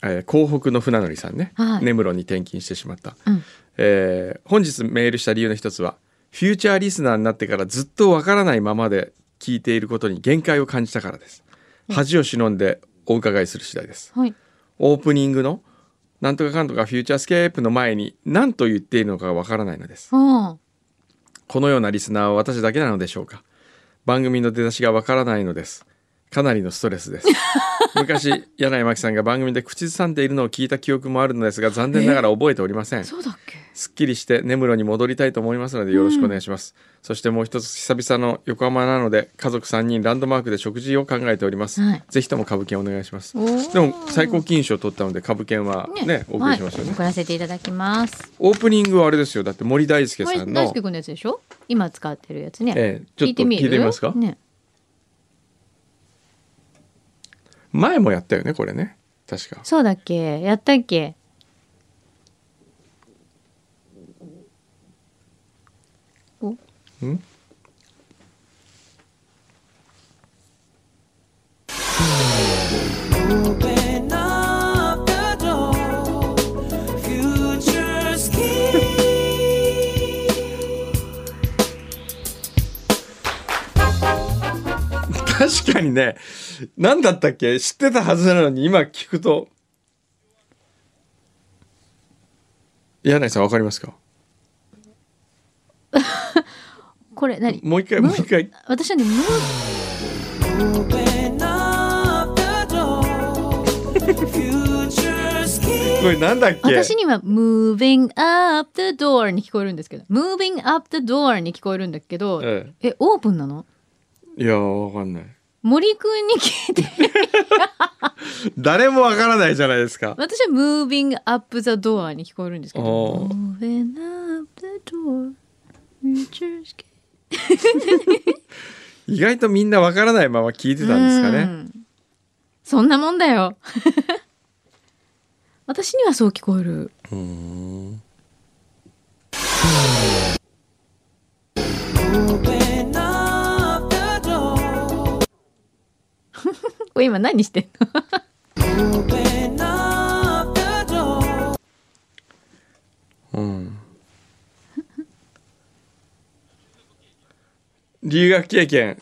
Speaker 4: えー港北の船乗りさんね、
Speaker 5: はい
Speaker 4: 根室に転勤してしまった、
Speaker 5: うん
Speaker 4: えー本日メールした理由の一つはフューチャーリスナーになってからずっとわからないままで聞いていることに限界を感じたからです恥を忍んでお伺いする次第です
Speaker 5: はい
Speaker 4: オープニングの「なんとかかんとかフューチャースケープ」の前に何と言っているのかがわからないのです
Speaker 5: あ
Speaker 4: このようなリスナーは私だけなのでしょうか番組の出だしがわからないのですかなりのストレスです 昔柳井真紀さんが番組で口ずさんでいるのを聞いた記憶もあるのですが残念ながら覚えておりません
Speaker 5: そうだっけ
Speaker 4: すっきりして根室に戻りたいと思いますのでよろしくお願いします、そしてもう一つ久々の横浜なので家族3人ランドマークで食事を考えております、
Speaker 5: はい
Speaker 4: ぜひとも株券お願いします
Speaker 5: おー
Speaker 4: でも最高金賞を取ったので株券はねお送りしましたよ
Speaker 5: はい
Speaker 4: ね、
Speaker 5: 送らせていただきます
Speaker 4: オープニングはあれですよだって森大輔
Speaker 5: こ
Speaker 4: さ
Speaker 5: れ
Speaker 4: ん
Speaker 5: 大
Speaker 4: の
Speaker 5: 輔君のやつでしょ今使ってるやつね、
Speaker 4: ええちょっと
Speaker 5: みる
Speaker 4: 聞いてみますか
Speaker 5: ね
Speaker 4: 前もやったよねこれね確か
Speaker 5: そうだっけやったっけお
Speaker 4: ん 確かにね何だったっけ知ってたはずなのに今聞くと柳井さんわかりますか
Speaker 5: これ何
Speaker 4: もう一回もう一回
Speaker 5: 私はねもう
Speaker 4: これなんだっけ
Speaker 5: 私には「moving up the door」に聞こえるんですけど「moving up the door」に聞こえるんだけど、
Speaker 4: え
Speaker 5: えオープンなの
Speaker 4: えいやわかんない
Speaker 5: 森くんに聞い て
Speaker 4: 誰もわからないじゃないですか
Speaker 5: 私は「moving up the door」に聞こえるんですけど
Speaker 4: お
Speaker 5: 「moving up the door」Future's key
Speaker 4: 意外とみんなわからないまま聞いてたんですかね
Speaker 5: うんそんなもんだよ 私にはそう聞こえる これ今何してんの
Speaker 4: うん留学経験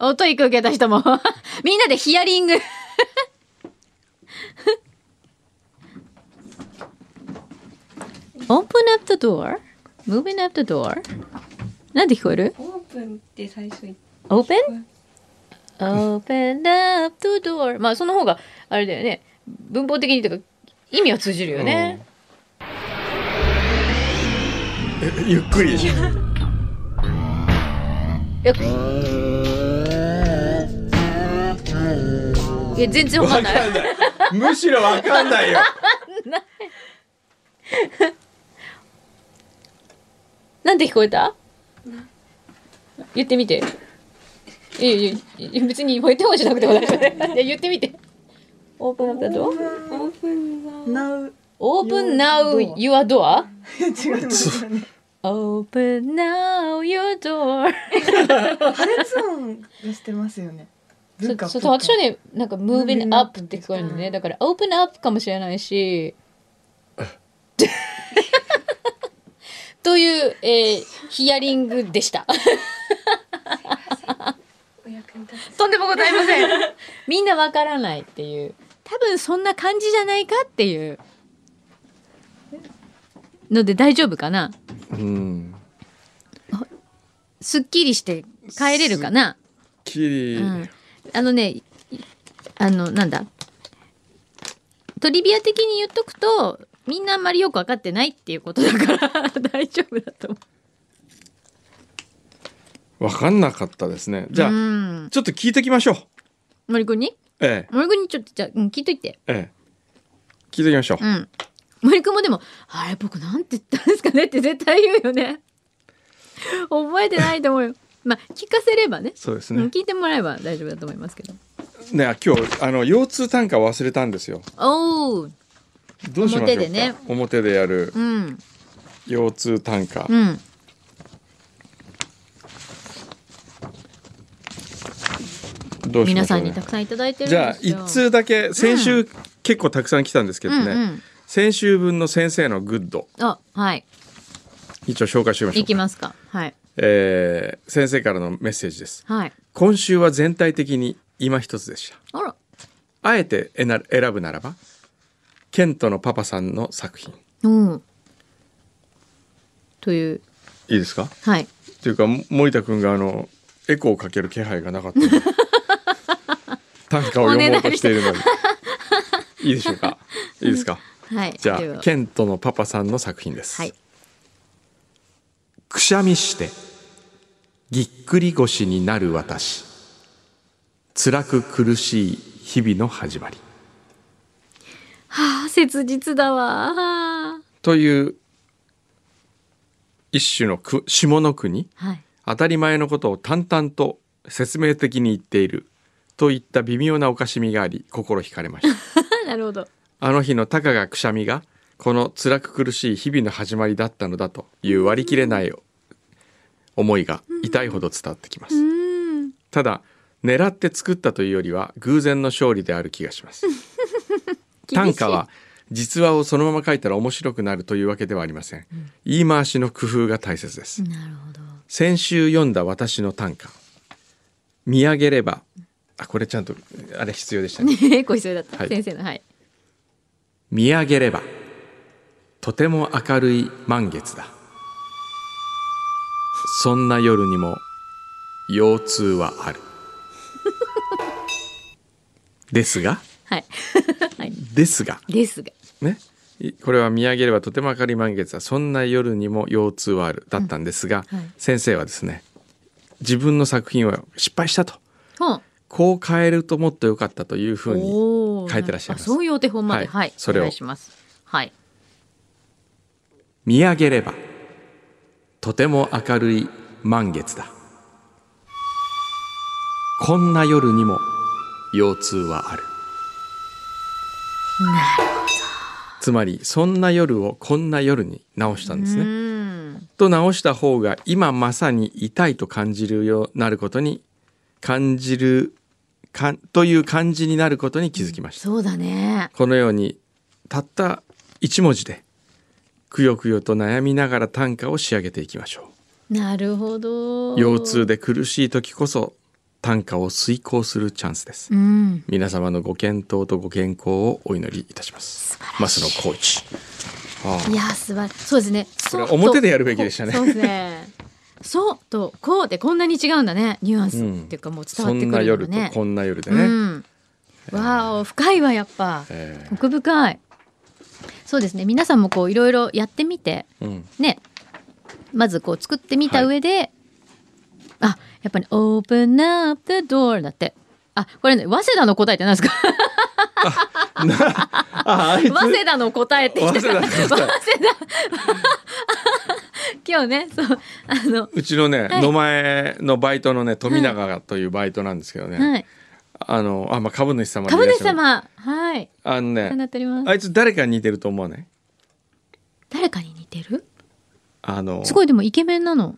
Speaker 5: 音育受けた人も みんなでヒアリング Open up the door Moving up the door なんて聞こえる
Speaker 2: オープンって最初言っ
Speaker 5: Open? Open up the door まあその方があれだよね文法的にというか意味は通じるよね、
Speaker 4: えゆっくり
Speaker 5: いやいや全然わかんない
Speaker 4: んないむしろわかんないよ
Speaker 5: なんて聞こえた言ってみていやいやいや別に吠えてもしなくても大丈夫だよいや言ってみてオープンアップだと
Speaker 2: た。なう。
Speaker 5: オープン now your door
Speaker 2: 違う。
Speaker 5: Open now your door
Speaker 2: 破裂音がしてますよね。文化
Speaker 5: そそう私はねなんか「ムービングアップ」っ
Speaker 2: moving up
Speaker 5: て聞こえるのねだから「オープンアップ」かもしれない しという、えーヒアリングでした。
Speaker 2: お役に立つ
Speaker 5: とんでもございませんみんなわからないっていう多分そんな感じじゃないかっていうので大丈夫かな
Speaker 4: うん
Speaker 5: すっきりして帰れるかな、
Speaker 4: きり、
Speaker 5: うん、あのねいあのなんだトリビア的に言っとくとみんなあんまりよく分かってないっていうことだから 大丈夫だと思う
Speaker 4: わかんなかったですねじゃあ、
Speaker 5: うん、
Speaker 4: ちょっと聞いてきましょう
Speaker 5: 森くんに
Speaker 4: ええ
Speaker 5: 森くんにちょっとじゃあ、うん、聞いといて
Speaker 4: ええ聞いてきましょう、
Speaker 5: うん森くんもでも「あれ僕なんて言ったんですかね?」って絶対言うよね 覚えてないと思うよまあ聞かせればね
Speaker 4: そうです
Speaker 5: うん
Speaker 4: ね、
Speaker 5: 聞いてもらえば大丈夫だと思いますけど
Speaker 4: ね今日あの腰痛単価忘れたんですよ
Speaker 5: おお
Speaker 4: どうしましょうか
Speaker 5: 表でね
Speaker 4: 表でやる
Speaker 5: うん
Speaker 4: 腰痛単価、
Speaker 5: うん
Speaker 4: どうしま
Speaker 5: 皆
Speaker 4: しょ
Speaker 5: さ
Speaker 4: うん
Speaker 5: に
Speaker 4: ね
Speaker 5: たくさんいただいてるん
Speaker 4: じゃあ
Speaker 5: ですよ
Speaker 4: 一通だけ先週、結構たくさん来たんですけどね、
Speaker 5: うんうん、
Speaker 4: 先週分の先生のグッド
Speaker 5: あはい
Speaker 4: 一応紹介しましょう
Speaker 5: 行きますかはい
Speaker 4: えー先生からのメッセージです
Speaker 5: はい
Speaker 4: 今週は全体的に今一つでした
Speaker 5: あら
Speaker 4: あえてえな選ぶならばケントのパパさんの作品
Speaker 5: うんという
Speaker 4: いいですか
Speaker 5: はい
Speaker 4: っていうかも森田君があのエコーをかける気配がなかった ので短歌を読もうとしている のにいいでしょうかいいですか
Speaker 5: はい
Speaker 4: じゃ
Speaker 5: では
Speaker 4: あケントのパパさんの作品です、
Speaker 5: はい
Speaker 4: くしゃみしてぎっくり腰になる私辛く苦しい日々の始まり
Speaker 5: はあ切実だわは
Speaker 4: という一種のく下の国
Speaker 5: はい
Speaker 4: 当たり前のことを淡々と説明的に言っているといった微妙なおかしみがあり心惹かれました
Speaker 5: あ なるほど
Speaker 4: あの日のタカがくしゃみがこの辛く苦しい日々の始まりだったのだという割り切れない思いが痛いほど伝わってきますただ狙って作ったというよりは偶然の勝利である気がします短歌 は実話をそのまま書いたら面白くなるというわけではありません言い回しの工夫が大切です
Speaker 5: なるほど
Speaker 4: 先週読んだ私の短歌見上げればあこれちゃんとあれ必要でしたね
Speaker 5: ねご一緒だった、
Speaker 4: はい
Speaker 5: 先生のはい
Speaker 4: 見上げればとても明るい満月だそんな夜にも腰痛はあるですが
Speaker 5: はい、 はい、
Speaker 4: ですが
Speaker 5: ですが
Speaker 4: ねいこれは見上げればとても明るい満月だそんな夜にも腰痛はあるだったんですが、
Speaker 5: うんはい
Speaker 4: 先生はですね自分の作品は失敗したと
Speaker 5: ほん
Speaker 4: こう変えるともっと良かったというふうに
Speaker 5: おー
Speaker 4: 書いてらっしゃいます
Speaker 5: あそういうお手本までは、
Speaker 4: はいいそれを
Speaker 5: お願いしますはい
Speaker 4: 見上げればとても明るい満月だこんな夜にも腰痛はあるつまりそんな夜をこんな夜に直したんです
Speaker 5: う
Speaker 4: ね
Speaker 5: ーん
Speaker 4: と直した方が今まさに痛いと感じるようになることに感じるかんという感じになることに気づきました
Speaker 5: そうだね
Speaker 4: このようにたった一文字でくよくよと悩みながら短歌を仕上げていきましょ
Speaker 5: なるほど
Speaker 4: う腰痛で苦しい時こそ短歌を遂行するチャンスです、
Speaker 5: うん
Speaker 4: 皆様のご健闘とご健康をお祈りいたします増野コーチあ
Speaker 5: い
Speaker 4: あ
Speaker 5: やー素晴らしいそうですねそ
Speaker 4: れ
Speaker 5: う
Speaker 4: は表でやるべきでしたね
Speaker 5: とこうそうですねそうとこうでこんなに違うんだねニュアンス、
Speaker 4: うん
Speaker 5: っていうかもう伝わ
Speaker 4: そ
Speaker 5: って
Speaker 4: ん
Speaker 5: く
Speaker 4: な
Speaker 5: るよ
Speaker 4: 夜
Speaker 5: ね
Speaker 4: とこんな夜で
Speaker 5: う
Speaker 4: ね、
Speaker 5: ん、わお深いわやっぱ、
Speaker 4: え
Speaker 5: 奥深いそうですね皆さんもこういろいろやってみて
Speaker 4: えうん
Speaker 5: ねまずこう作ってみた上で、あやっぱり「Open up the door」だってあこれね早稲田の答えって何で すか
Speaker 4: ああいつ
Speaker 5: 早稲田の答えって来た
Speaker 4: 早稲田の答え
Speaker 5: 今日ねそうあの、
Speaker 4: うちのね、
Speaker 5: はい
Speaker 4: 野前のバイトのね富永というバイトなんですけどね、
Speaker 5: はい、
Speaker 4: あのあまあ株主様でいら
Speaker 5: 株
Speaker 4: っし
Speaker 5: 主
Speaker 4: ゃる
Speaker 5: 様はい
Speaker 4: あの
Speaker 5: お世話にな
Speaker 4: ね
Speaker 5: っております
Speaker 4: あいつ誰かに似てると思わない
Speaker 5: 誰かに似てる
Speaker 4: あの
Speaker 5: すごいでもイケメンなの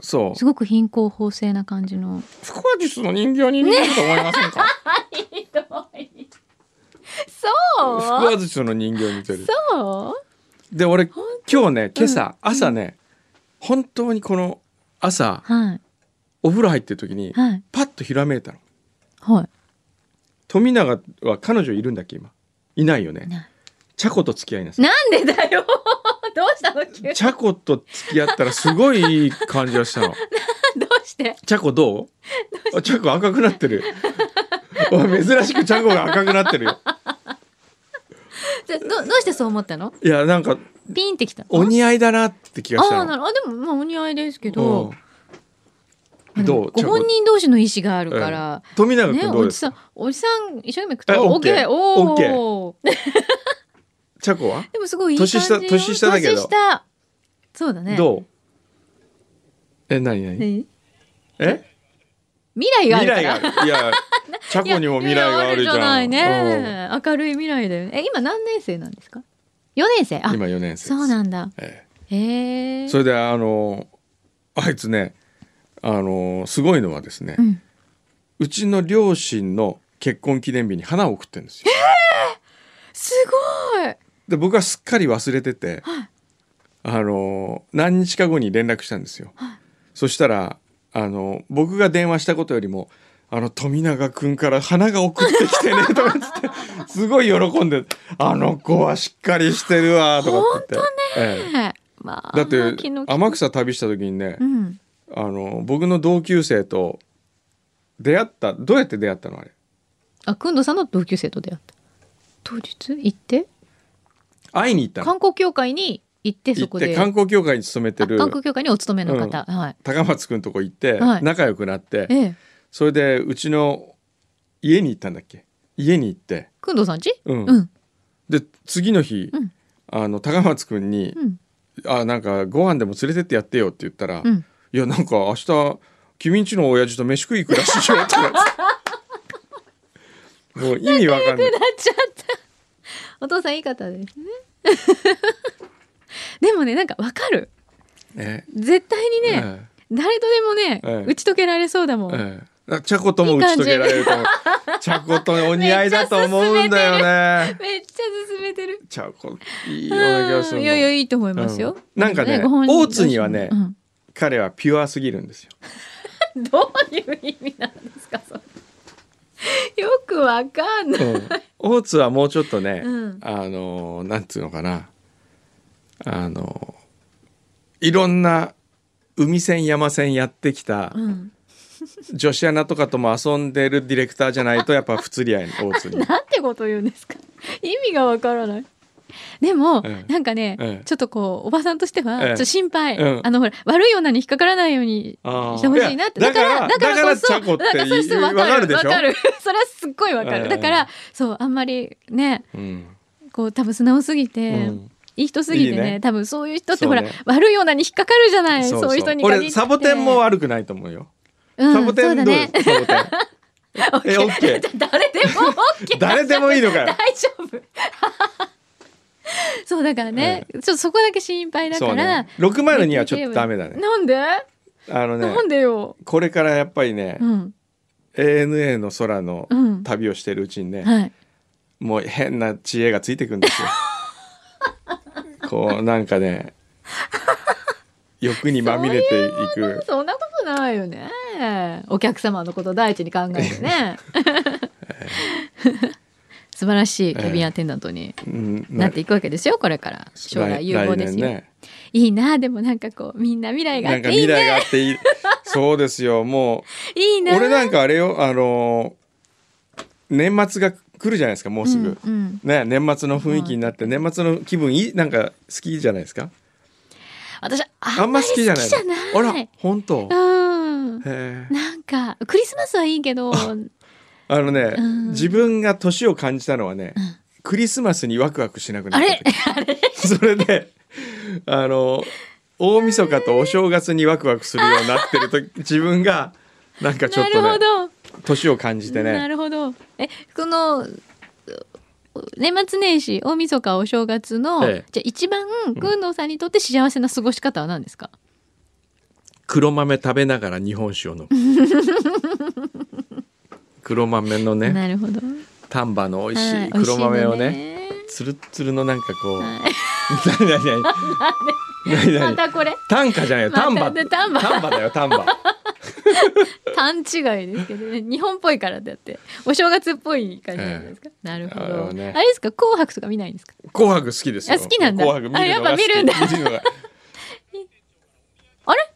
Speaker 4: そう
Speaker 5: すごく貧困法制な感じの
Speaker 4: 腹話術の人形に見えると思いません か
Speaker 7: ひどいそう
Speaker 4: 腹話術の人形に似てる
Speaker 7: そう
Speaker 4: で俺今日ね今朝、朝ね本当にこの朝
Speaker 5: はい
Speaker 4: お風呂入ってる時に
Speaker 5: はい
Speaker 4: パッとひらめいたの
Speaker 5: は
Speaker 4: 富永は彼女いるんだっけ今いないよ
Speaker 5: い
Speaker 4: ね
Speaker 5: な
Speaker 4: 茶子と付き合いなさい
Speaker 5: なんでだ よどうしたの急に
Speaker 4: 茶子と付き合ったらすごいいい感じがしたの
Speaker 5: どうして
Speaker 4: 茶子どうあ茶子赤くなってるおい珍しく茶子が赤くなってるよ
Speaker 5: でどどうしてそう思ったの
Speaker 4: いやなんか
Speaker 5: ピンってきたの
Speaker 4: お似合いだなって気がし
Speaker 5: あ
Speaker 4: た
Speaker 5: あな
Speaker 4: の
Speaker 5: るあでもまあお似合いですけ
Speaker 4: う
Speaker 5: ど
Speaker 4: ん
Speaker 5: まあでも
Speaker 4: どうちょ
Speaker 5: ご
Speaker 4: っと
Speaker 5: 本人同士の意思があるから、
Speaker 4: 富永
Speaker 5: ね
Speaker 4: 君どう
Speaker 5: お
Speaker 4: で
Speaker 5: じ
Speaker 4: す
Speaker 5: さ
Speaker 4: か
Speaker 5: んおじさん一生懸命食っ
Speaker 4: え
Speaker 5: た
Speaker 4: オ
Speaker 5: オ
Speaker 4: ッ
Speaker 5: ッ
Speaker 4: ケー
Speaker 5: ケーおお
Speaker 4: 茶子は
Speaker 5: でもすごいいい感じよ
Speaker 4: 年下年下だけど
Speaker 5: 年下そうだね
Speaker 4: どうえ何何
Speaker 5: 何
Speaker 4: え
Speaker 5: 未来があ
Speaker 4: 未
Speaker 5: るから
Speaker 4: 来があるい や茶子にも未来があるじゃん
Speaker 5: いや未来あるじゃないね明るい未来だよねえ今何年生なんですか四年生
Speaker 4: う
Speaker 5: あ
Speaker 4: ん今4年生です
Speaker 5: そうなんだ
Speaker 4: え
Speaker 5: へえ
Speaker 4: えそれであのあいつねあのすごいのはですね、う
Speaker 5: うん
Speaker 4: ちの両親の結婚記念日に花を送ってるんですよ
Speaker 5: すごい
Speaker 4: で僕はすっかり忘れてて、あの何日か後に連絡したんですよ、そしたらあの僕が電話したことよりも「あの富永君から花が送ってきてね」とかっつってすごい喜んで「あの子はしっかりしてるわ」とかって言って、ええ
Speaker 5: まあ
Speaker 4: だって
Speaker 5: 気の利く
Speaker 4: 天草旅した時にね、
Speaker 5: うん
Speaker 4: あの僕の同級生と出会ったどうやって出会ったのあれ
Speaker 5: あくんどさんの同級生と出会った当日行って
Speaker 4: 会いに行ったの
Speaker 5: 観光協会に行って
Speaker 4: 行
Speaker 5: そ
Speaker 4: っ
Speaker 5: こ
Speaker 4: て
Speaker 5: で
Speaker 4: 観光協会に勤めて
Speaker 5: あ
Speaker 4: る
Speaker 5: 観光協会にお勤めの方、はい
Speaker 4: 高松くんとこ行って
Speaker 5: はい
Speaker 4: 仲良くなって、
Speaker 5: ええ
Speaker 4: それでうちの家に行ったんだっけ家に行って、
Speaker 5: くんどさんち
Speaker 4: うん
Speaker 5: うん
Speaker 4: で次の日、
Speaker 5: うん
Speaker 4: あの高松くんに
Speaker 5: うん
Speaker 4: 「あなんかご飯でも連れてってやってよ」って言ったら「
Speaker 5: うん
Speaker 4: いやなんか明日君んちの親父と飯食い行くらしいよ」って言われて もう意味わかんない
Speaker 5: なっちゃったお父さんいい方ですね でもねなんかわかる
Speaker 4: ね
Speaker 5: 絶対にね、
Speaker 4: え
Speaker 5: 誰とでもね、
Speaker 4: ええ
Speaker 5: 打ち解けられそうだもん、
Speaker 4: えええチャコとも打ち解けられると思うチャコとお似合いだと思うんだよね
Speaker 5: めっちゃ進めてる
Speaker 4: チャコいいような気がする
Speaker 5: い
Speaker 4: の
Speaker 5: やいやいいと思いますよ、
Speaker 4: うんなんかね
Speaker 5: ご本人
Speaker 4: 大津にはね
Speaker 5: うん
Speaker 4: 彼はピュアすぎるんですよ
Speaker 5: どういう意味なんですかそれよくわかんない、
Speaker 4: うん大津はもうちょっとね、
Speaker 5: うん
Speaker 4: あのなんつうのかなあのいろんな海線山線やってきた
Speaker 5: うん、
Speaker 4: 女子アナとかとも遊んでるディレクターじゃないとやっぱ不釣り合いの大津 に。
Speaker 5: なんてこと言うんですか意味がわからないでも、
Speaker 4: ええ
Speaker 5: なんかね、
Speaker 4: ええ
Speaker 5: ちょっとこうおばさんとしては、
Speaker 4: ええ
Speaker 5: ちょっと心配、
Speaker 4: うん
Speaker 5: あのほら悪い女に引っかからないように
Speaker 4: あー
Speaker 5: してほしいなって
Speaker 4: いや
Speaker 5: だから
Speaker 4: だ
Speaker 5: だ
Speaker 4: か
Speaker 5: かららこそ
Speaker 4: だからチャコって
Speaker 5: なんかそれすごいわ
Speaker 4: わか
Speaker 5: か
Speaker 4: る
Speaker 5: る
Speaker 4: でしょ
Speaker 5: わかる それはすっごいわか
Speaker 4: ええ
Speaker 5: るだからそうあんまりね
Speaker 4: うん
Speaker 5: こう多分素直すぎて、
Speaker 4: うん
Speaker 5: いい人すぎてね
Speaker 4: いいね
Speaker 5: 多分そういう人っ
Speaker 4: そ
Speaker 5: て
Speaker 4: う
Speaker 5: ほ
Speaker 4: ね
Speaker 5: ら、悪い女に引っかかるじゃないそういう人に限って
Speaker 4: 俺サボテンも悪くないと思うよ。
Speaker 5: うん
Speaker 4: サボテ
Speaker 5: そう
Speaker 4: ン
Speaker 5: だ
Speaker 4: どう
Speaker 5: ね
Speaker 4: ですサボテンえオッケー
Speaker 5: 誰でも OK
Speaker 4: 誰でもいいのかよ
Speaker 5: 大丈夫そうだからね、ちょっとそこだけ心配だか
Speaker 4: そう
Speaker 5: ら、
Speaker 4: ね602はちょっとダメだね
Speaker 5: なんで、
Speaker 4: あのね
Speaker 5: なんでよ、
Speaker 4: これからやっぱりね、
Speaker 5: うん
Speaker 4: ANA の空の
Speaker 5: うん
Speaker 4: 旅をしてるうちにね、
Speaker 5: はい
Speaker 4: もう変な知恵がついてくんです よ。こうなんかね欲にまみれていく
Speaker 5: そんなことないよねお客様のこと第一に考えてね 素晴らしいキャビンアテンダントに
Speaker 4: うん
Speaker 5: な
Speaker 4: な
Speaker 5: っていくわけですよこれから将来有望です
Speaker 4: 来
Speaker 5: よ、
Speaker 4: 年ね
Speaker 5: いいなでもなんかこうみんな未来があ
Speaker 4: な
Speaker 5: っ
Speaker 4: んか
Speaker 5: てい
Speaker 4: 未
Speaker 5: い
Speaker 4: 来
Speaker 5: ね
Speaker 4: があっていいそうですよも
Speaker 5: いいうな
Speaker 4: 俺なんかあれよあの年末が来るじゃないですかもうすぐ、
Speaker 5: うんうん
Speaker 4: ね年末の雰囲気になって年末の気分いいなんか好きじゃないですか
Speaker 5: 私
Speaker 4: あ
Speaker 5: あ
Speaker 4: ん
Speaker 5: ん
Speaker 4: ま
Speaker 5: ま
Speaker 4: り
Speaker 5: り
Speaker 4: 好
Speaker 5: 好
Speaker 4: き
Speaker 5: き
Speaker 4: じ
Speaker 5: じ
Speaker 4: ゃ
Speaker 5: ゃ
Speaker 4: な
Speaker 5: ないい
Speaker 4: のあら本当
Speaker 5: うん
Speaker 4: へえ
Speaker 5: なんかクリスマスはいいけど
Speaker 4: あのね、
Speaker 5: うん
Speaker 4: 自分が年を感じたのはね、クリスマスにワクワクしなくな
Speaker 5: あ
Speaker 4: った
Speaker 5: れ
Speaker 4: 時 それであの大晦日とお正月にワクワクするようになってる時自分がなんかちょっ
Speaker 5: なる
Speaker 4: と
Speaker 5: ほ
Speaker 4: ね
Speaker 5: ど、
Speaker 4: 年を感じて
Speaker 5: な
Speaker 4: ね
Speaker 5: るほどえこのう年末年始大晦日お正月の、
Speaker 4: ええ
Speaker 5: じゃあ一番工藤さんにとって幸せな過ごし方は何ですか、
Speaker 4: 黒豆食べながら日本酒を飲む 黒豆のね
Speaker 5: なるほど。
Speaker 4: 丹波の美味し
Speaker 5: はいい
Speaker 4: 黒豆を
Speaker 5: 美
Speaker 4: ね
Speaker 5: 味しいのね
Speaker 4: つるっつるのなんかこう、 何何何何
Speaker 5: ま
Speaker 4: 何
Speaker 5: たこれ
Speaker 4: 丹波じゃないよ
Speaker 5: また
Speaker 4: 丹波
Speaker 5: で丹波
Speaker 4: 丹波だよ丹波
Speaker 5: 単違いですけどね日本っぽいからだってお正月っぽい感じなんですか、なるほ
Speaker 4: あの
Speaker 5: ど、
Speaker 4: ね
Speaker 5: あれですか紅白とか見ないんですか
Speaker 4: 紅白好きですよ
Speaker 5: あ好きなんだ
Speaker 4: 紅白見るのが好き
Speaker 5: あやっぱ見るん
Speaker 4: の
Speaker 5: だ
Speaker 4: が
Speaker 5: あれ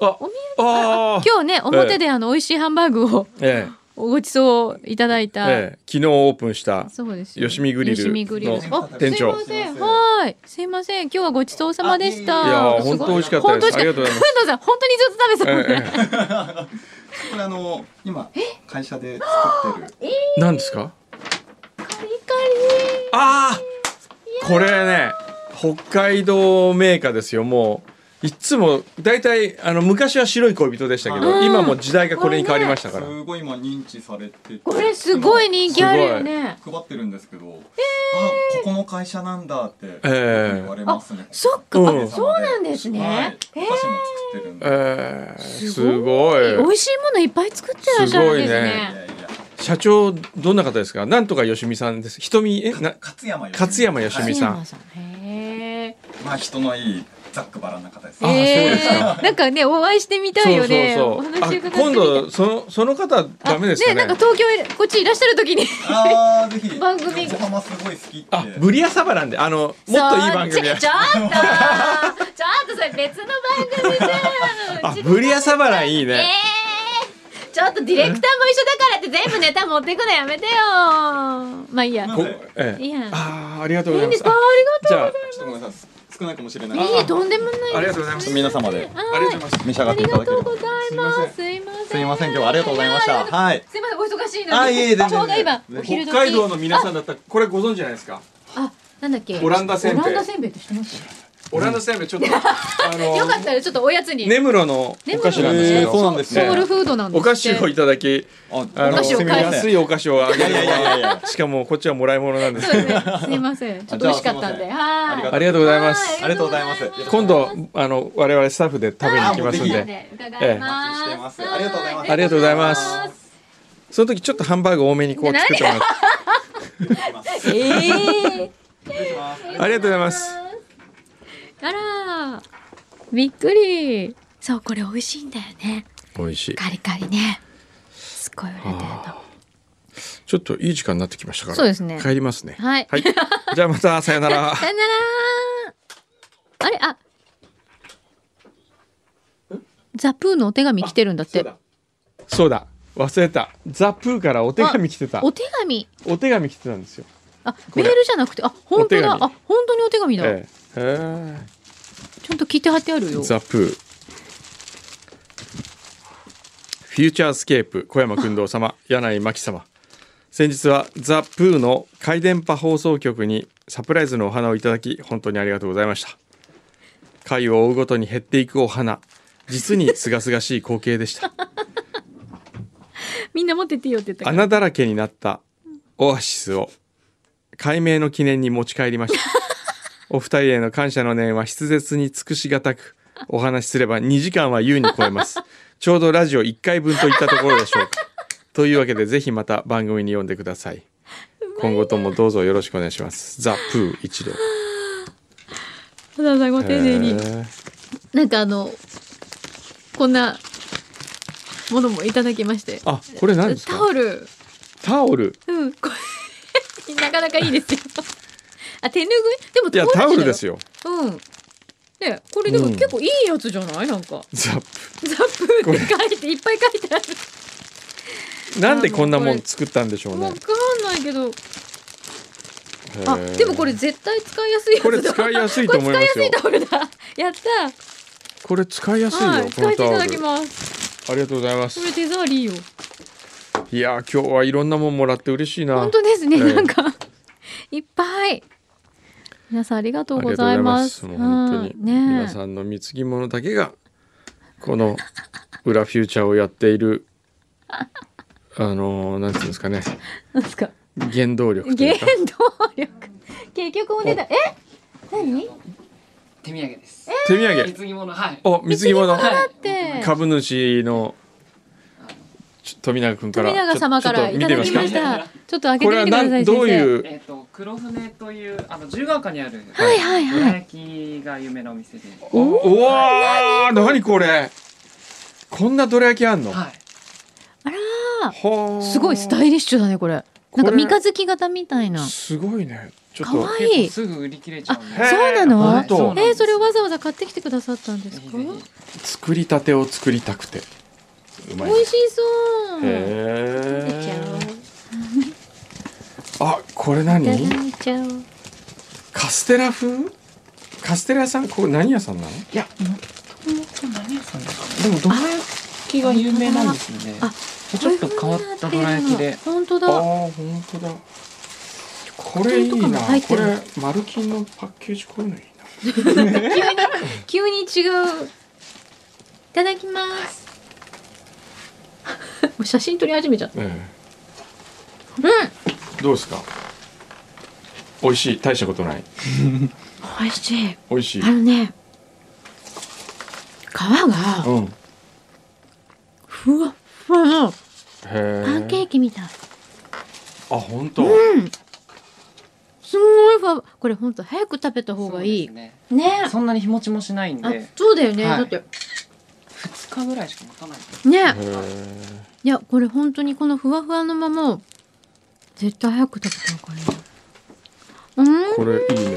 Speaker 4: あ
Speaker 5: お土
Speaker 4: あ
Speaker 5: 今日ね表であの美味しいハンバーグを
Speaker 4: 日え
Speaker 5: ごちそういただい
Speaker 4: え
Speaker 5: た、
Speaker 4: ええ昨日オープンした
Speaker 5: そうですよ
Speaker 4: よしみグリ
Speaker 5: 吉見グリル
Speaker 4: ルの
Speaker 5: あ
Speaker 4: 店長
Speaker 5: すいませんはーいすいません今日はごちそうさまでした
Speaker 4: いやー本当美味しかったですありがとうございます
Speaker 5: す工藤さん本当にずっと食べてたもんね、
Speaker 4: えええ
Speaker 8: これあの今会社で作ってる
Speaker 4: え何ですか
Speaker 5: カリカリ
Speaker 4: ああこれね北海道メーカーですよもういっつも大体あの昔は白い恋人でしたけど、
Speaker 5: うん
Speaker 4: 今もう時代がこれに変わりましたから、
Speaker 8: すごい今認知されてて
Speaker 5: これすごい人気あるよね
Speaker 8: 配ってるんですけど、あここの会社なんだって
Speaker 4: え
Speaker 8: 言われますね、
Speaker 5: そっか、
Speaker 4: うん
Speaker 5: あそうなんですね、
Speaker 8: はい、お菓子も作ってるんで、
Speaker 4: えー、す
Speaker 5: す
Speaker 4: ごい
Speaker 5: 美味しいものいっぱい作ってらっしゃるんです
Speaker 8: いや
Speaker 5: ね。
Speaker 8: いや
Speaker 4: 社長どんな方ですかなんとかよしみさんです瞳えな
Speaker 8: 勝山よしみ
Speaker 4: 勝山よしみ
Speaker 8: は
Speaker 4: さん
Speaker 5: 勝山さん。へ
Speaker 8: いまあ人のいいざっくばらんな方です
Speaker 5: え。
Speaker 4: あ
Speaker 5: へ
Speaker 4: そうですか
Speaker 5: え。なんかねお会いしてみたいよね。
Speaker 4: そうそう
Speaker 5: お話
Speaker 4: そうあ
Speaker 5: 伺ってみたい
Speaker 4: 今度そのその方ダメですかね
Speaker 5: あなんか東京へこっちいらっしゃる時に
Speaker 8: あーぜひ
Speaker 5: 番組
Speaker 8: 横浜すごい好きって
Speaker 4: あブリアサバなんであのもっといい番組
Speaker 5: そうちょちょっとちょっとそれ別の番組じゃん。
Speaker 4: あブリアサバランいい
Speaker 5: え
Speaker 4: ね、
Speaker 5: ーちょっとディレクターも一緒だからって全部ネタ持ってくのやめてよ。まあいいや。
Speaker 8: な
Speaker 4: こ
Speaker 8: え
Speaker 4: ええ
Speaker 5: いいや。
Speaker 4: あーありがとうご
Speaker 5: い
Speaker 4: ざい
Speaker 5: いん
Speaker 4: ま
Speaker 5: ですすかあり
Speaker 4: じゃあ
Speaker 8: ちょっとごめんなさい少ないかもしれない
Speaker 5: がとう。いいとんでもない。
Speaker 4: ありがとうございます
Speaker 8: 皆様で
Speaker 5: は
Speaker 4: あ
Speaker 5: い
Speaker 4: りがとうございます
Speaker 8: 召し上が
Speaker 5: あ
Speaker 8: ってい
Speaker 5: り
Speaker 8: た
Speaker 5: が
Speaker 8: だけ
Speaker 5: と
Speaker 8: れ
Speaker 5: うご
Speaker 8: ば
Speaker 5: ざいます。すいません。
Speaker 8: すいません今日はありがとうございまし
Speaker 5: や
Speaker 8: た
Speaker 5: や
Speaker 8: はい
Speaker 5: すいませんお忙しいのに。
Speaker 8: あいえいえ全然
Speaker 5: ちょうど今お昼時。
Speaker 4: 北海道の皆さんだったらこれご存知じゃないですか
Speaker 5: あ、なんだっけ。
Speaker 4: オランダせんべい
Speaker 5: オランダせんべいって知ってます。
Speaker 4: オランダせんべいちょっとあの
Speaker 5: よかったらちょっとおやつに。
Speaker 4: 根室のお菓子なんですけ
Speaker 8: えーそう
Speaker 4: ど
Speaker 8: なんです
Speaker 5: ソウル
Speaker 8: ね
Speaker 5: フードなんです
Speaker 4: お
Speaker 5: って。
Speaker 4: 菓子をいただき
Speaker 8: あ
Speaker 4: あ
Speaker 5: お菓
Speaker 4: の
Speaker 5: 子を
Speaker 8: すみま
Speaker 5: 返す
Speaker 8: せん
Speaker 4: 安いお菓子をあげる
Speaker 8: いやいやいやいや
Speaker 4: しかもこっちはもらい物なんです
Speaker 5: そうですね。すいません。ちょっと美味しかったんで。
Speaker 8: じあ
Speaker 5: は
Speaker 8: すいません
Speaker 5: い。
Speaker 4: ありがとうございます
Speaker 8: ありがとうございます
Speaker 4: 今度あの我々スタッフで食べに行きますん
Speaker 8: あもうぜ
Speaker 4: で
Speaker 5: で伺います。
Speaker 8: ええお待ちしてますありがとうございます
Speaker 4: ありがとうございますその時ちょっとハンバーグ多めにこう作ってもらって
Speaker 5: ええ。
Speaker 4: ありがとうございます
Speaker 5: あらー。びっくり。そうこれ美味しいんだよね。
Speaker 4: 美味しい
Speaker 5: カリカリね。すっごい売れてるの。
Speaker 4: ちょっといい時間になってきましたから
Speaker 5: そうですね
Speaker 4: 帰りますね
Speaker 5: はい。
Speaker 4: はいじゃあまたさよなら
Speaker 5: さよならーあれあザ・プーのお手紙来てるんだって
Speaker 4: そうだ忘れたザ・プーからお手紙来てた
Speaker 5: お手紙
Speaker 4: お手紙来てたんですよ
Speaker 5: あ
Speaker 4: れ
Speaker 5: メールじゃなくてあ本当だ
Speaker 4: お手紙
Speaker 5: あ本当にお手紙だ、
Speaker 4: ええへ
Speaker 5: ちゃんと聞いて貼ってある
Speaker 4: え
Speaker 5: よ
Speaker 4: ザ・プーフューチャースケープ小山君堂様柳井真紀様先日はザ・プーの回電波放送局にサプライズのお花をいただき本当にありがとうございました回を追うごとに減っていくお花実に清々しい光景でした
Speaker 5: みんな持ってっていいよって言ったから
Speaker 4: 穴だらけになったオアシスを解明の記念に持ち帰りま したお二人への感謝の念は筆舌に尽くしがたくお話しすれば2時間は優に超えますちょうどラジオ1回分といったところでしょうかというわけでぜひまた番組に読んでください今後ともどうぞよろしくお願いしますザ・プー一同
Speaker 5: たださんご丁寧に
Speaker 4: へ
Speaker 5: なんかあのこんなものもいただきまして
Speaker 4: あこれ何です
Speaker 5: タオ
Speaker 4: か
Speaker 5: ル
Speaker 4: タオル
Speaker 5: うんこれ なかなかいいですよ あ手拭いでも
Speaker 4: いやタオルです
Speaker 5: よ
Speaker 4: よ
Speaker 5: うんねこれでも
Speaker 4: うん
Speaker 5: 結構いいやつじゃないなん か
Speaker 4: ザ
Speaker 5: ザップって書いていっぱい書いてある。
Speaker 4: なんでこんなもん作ったんでしょう
Speaker 5: わ
Speaker 4: ね
Speaker 5: かんないけど、あ
Speaker 4: へー
Speaker 5: でもこれ絶対使いやすいやつ
Speaker 4: こ
Speaker 5: だ。
Speaker 4: れ使いやすいと思いますよ
Speaker 5: これ使いやすいタオルだ。やった。
Speaker 4: これ使いやすいよ、
Speaker 5: はい、
Speaker 4: こ
Speaker 5: 使
Speaker 4: の
Speaker 5: えて
Speaker 4: タ
Speaker 5: い
Speaker 4: オ
Speaker 5: た
Speaker 4: ル
Speaker 5: だきます。
Speaker 4: ありがとうございま
Speaker 5: こ
Speaker 4: す
Speaker 5: れデザーリーよ。
Speaker 4: いやー今日はいろんなもんもらって嬉しいな。
Speaker 5: 本当ですね。
Speaker 4: ええ
Speaker 5: なんかいっぱい。皆さんありがとうございます。
Speaker 4: ありがとうございますもう本当に、
Speaker 5: うんねえ
Speaker 4: 皆さんの貢ぎ物だけがこの裏フューチャーをやっているあのー、なんていうんですかね
Speaker 5: なんですか。
Speaker 4: 原動力とい
Speaker 5: 原
Speaker 4: うか
Speaker 5: 動力。結局お値段え？何？
Speaker 6: 手土産です。
Speaker 4: 手土産
Speaker 6: 貢ぎ物はい。
Speaker 4: お貢ぎ物
Speaker 6: はい。
Speaker 5: で
Speaker 4: 株主のちょ富永君から
Speaker 5: 富永様か
Speaker 4: ちょ
Speaker 5: ら
Speaker 4: っと
Speaker 5: い
Speaker 4: 見
Speaker 5: た
Speaker 4: て
Speaker 5: だ
Speaker 4: みま
Speaker 5: き
Speaker 4: すか
Speaker 5: ましたちょっと開け
Speaker 4: こ
Speaker 5: て
Speaker 4: れは
Speaker 5: みてくださ
Speaker 4: な
Speaker 5: い
Speaker 4: ん
Speaker 5: 先生
Speaker 4: どういう
Speaker 6: えっと黒船というあの十川丘にある
Speaker 5: はいはい
Speaker 6: どら
Speaker 5: はい
Speaker 6: 焼きが有名なお店で。
Speaker 4: おうわー何これこんなどら焼きあんの
Speaker 6: はい。
Speaker 4: はあ
Speaker 5: すごいスタイリッシュだねこれなんか三日月型みたいなそ
Speaker 4: すごいねちょっ
Speaker 5: か
Speaker 4: と
Speaker 5: わいい
Speaker 6: 結構すぐ売り切れちゃうんで。
Speaker 4: あへ
Speaker 6: は
Speaker 4: え
Speaker 6: い
Speaker 5: な
Speaker 6: う
Speaker 5: の
Speaker 4: ほ
Speaker 5: え
Speaker 4: んと
Speaker 5: ーそれをわざわざ買ってきてくださったんです
Speaker 6: ぜ
Speaker 5: か
Speaker 6: ひぜ
Speaker 5: 美
Speaker 6: ひ
Speaker 4: 作りたてを作りたくてうまい
Speaker 5: 味しそう
Speaker 4: へ
Speaker 9: いっちゃおう
Speaker 4: えあこれ何
Speaker 5: いただいちゃおう
Speaker 4: カステラ風カステラ屋さんここ何屋さんなの
Speaker 6: いや、もともと何屋さんですかね。でも、どら焼きが有名なんですよね。
Speaker 5: あ
Speaker 6: ちょっと変わったどら焼きで。
Speaker 5: 本当
Speaker 4: あ
Speaker 5: だ
Speaker 4: ー本当だこれいいな
Speaker 5: とかも入っ
Speaker 4: こ
Speaker 5: てる
Speaker 4: れマルキンのパッケージこういうのいいな
Speaker 5: 急に違ういただきます もう写真撮り始めちゃった
Speaker 4: ええどうですか美味しい大したことない
Speaker 5: 美味しい
Speaker 4: 美味しい
Speaker 5: あのね皮が
Speaker 4: うんへ
Speaker 5: ふわっふわの
Speaker 4: え
Speaker 5: パンケーキみたい
Speaker 4: あ本当
Speaker 5: すんごいふわこれほんと早く食べた方がい
Speaker 6: そ
Speaker 5: いう
Speaker 6: ですね
Speaker 5: ね
Speaker 6: そんなに日持ちもしないん
Speaker 5: あ
Speaker 6: で、
Speaker 5: そうだよね、
Speaker 6: はい
Speaker 5: だって
Speaker 6: 2日ぐらいしか持たない。
Speaker 5: ね
Speaker 4: へ
Speaker 5: いやこれ本当にこのふわふわのまま絶対早く食べた方がいいうん
Speaker 4: えこれいいね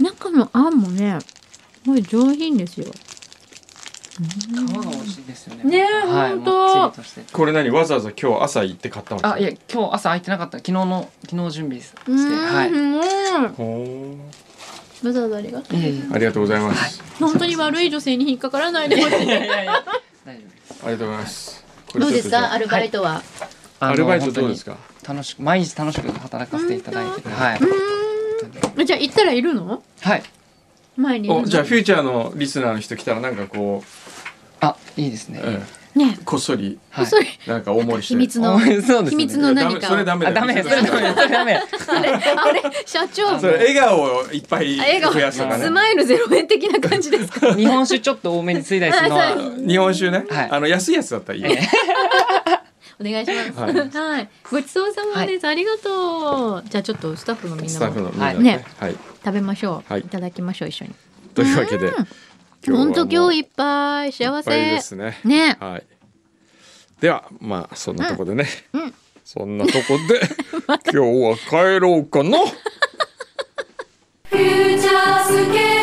Speaker 5: 中のあんもねすごい上品ですよ
Speaker 6: 皮が美味しいですよね。
Speaker 5: ねえ
Speaker 6: はい、
Speaker 5: ほんと
Speaker 6: もっちりとしてて。
Speaker 4: これ何わざわざ今日朝行って買ったわけ
Speaker 6: あ、いや、今日朝空いてなかった。昨日の、昨日準備して。
Speaker 5: うーん、
Speaker 6: はい。
Speaker 5: すごい
Speaker 4: ほー
Speaker 5: わざわざありがと
Speaker 6: いやいや
Speaker 4: ありがとうございます。
Speaker 5: う本当に悪い女性に引っかからないでほ しい
Speaker 6: いやいやいや大丈夫です。
Speaker 4: ありがとうございます。これ
Speaker 5: どう
Speaker 4: ちょっ
Speaker 5: で
Speaker 4: と
Speaker 5: す
Speaker 4: じゃ
Speaker 5: かアルバイトは、
Speaker 4: あアルバイト
Speaker 6: 本当
Speaker 4: ど
Speaker 6: に
Speaker 4: うですか。
Speaker 6: 楽しく、毎日楽しく働かせていただいてて。はい。
Speaker 5: えじゃあ行ったらいるの
Speaker 6: はい。
Speaker 5: 前にいる
Speaker 4: お
Speaker 5: の
Speaker 4: じゃあフューチャーのリスナーの人来たらなんかこ
Speaker 6: あ、いいですね
Speaker 4: う、。え
Speaker 5: ね
Speaker 4: えこっそり
Speaker 6: はい。
Speaker 5: それ
Speaker 4: なんか大盛りして
Speaker 5: 秘密の
Speaker 6: おそうですね
Speaker 5: 秘密の何
Speaker 4: いやダメ
Speaker 5: か
Speaker 4: それダメだよ
Speaker 6: あ、ダメです。それダメです。それダメ。
Speaker 5: あれ社長
Speaker 4: それ笑顔をいっぱい
Speaker 5: あ笑顔
Speaker 4: 増やすとか
Speaker 5: ス
Speaker 4: ね。
Speaker 5: マイルゼロ円的な感じですか
Speaker 6: 日本酒ちょっと多めについたりするのは。
Speaker 4: 日本酒ね、
Speaker 6: はい
Speaker 4: あの安いやつだったらいいよ。
Speaker 5: お願いします
Speaker 4: は
Speaker 5: はいい、ごちそうさまです、ありがとうじゃあちょっとスタッフのみん
Speaker 4: スタ
Speaker 5: な
Speaker 4: ッフ
Speaker 5: も
Speaker 4: のみんなで
Speaker 5: ね
Speaker 4: ね。はい。
Speaker 5: 食べましょう、
Speaker 4: はい
Speaker 5: い、ただきましょう一緒に
Speaker 4: というわけで、今
Speaker 5: 本当今日
Speaker 4: いっ
Speaker 5: いっぱい幸
Speaker 4: ぱい
Speaker 5: せ
Speaker 4: ですね。
Speaker 5: ね
Speaker 4: はい。ではまあそんなとこでね。
Speaker 5: うんうん
Speaker 4: そんなとこ で今日は帰ろうかな。
Speaker 3: フューチャースケ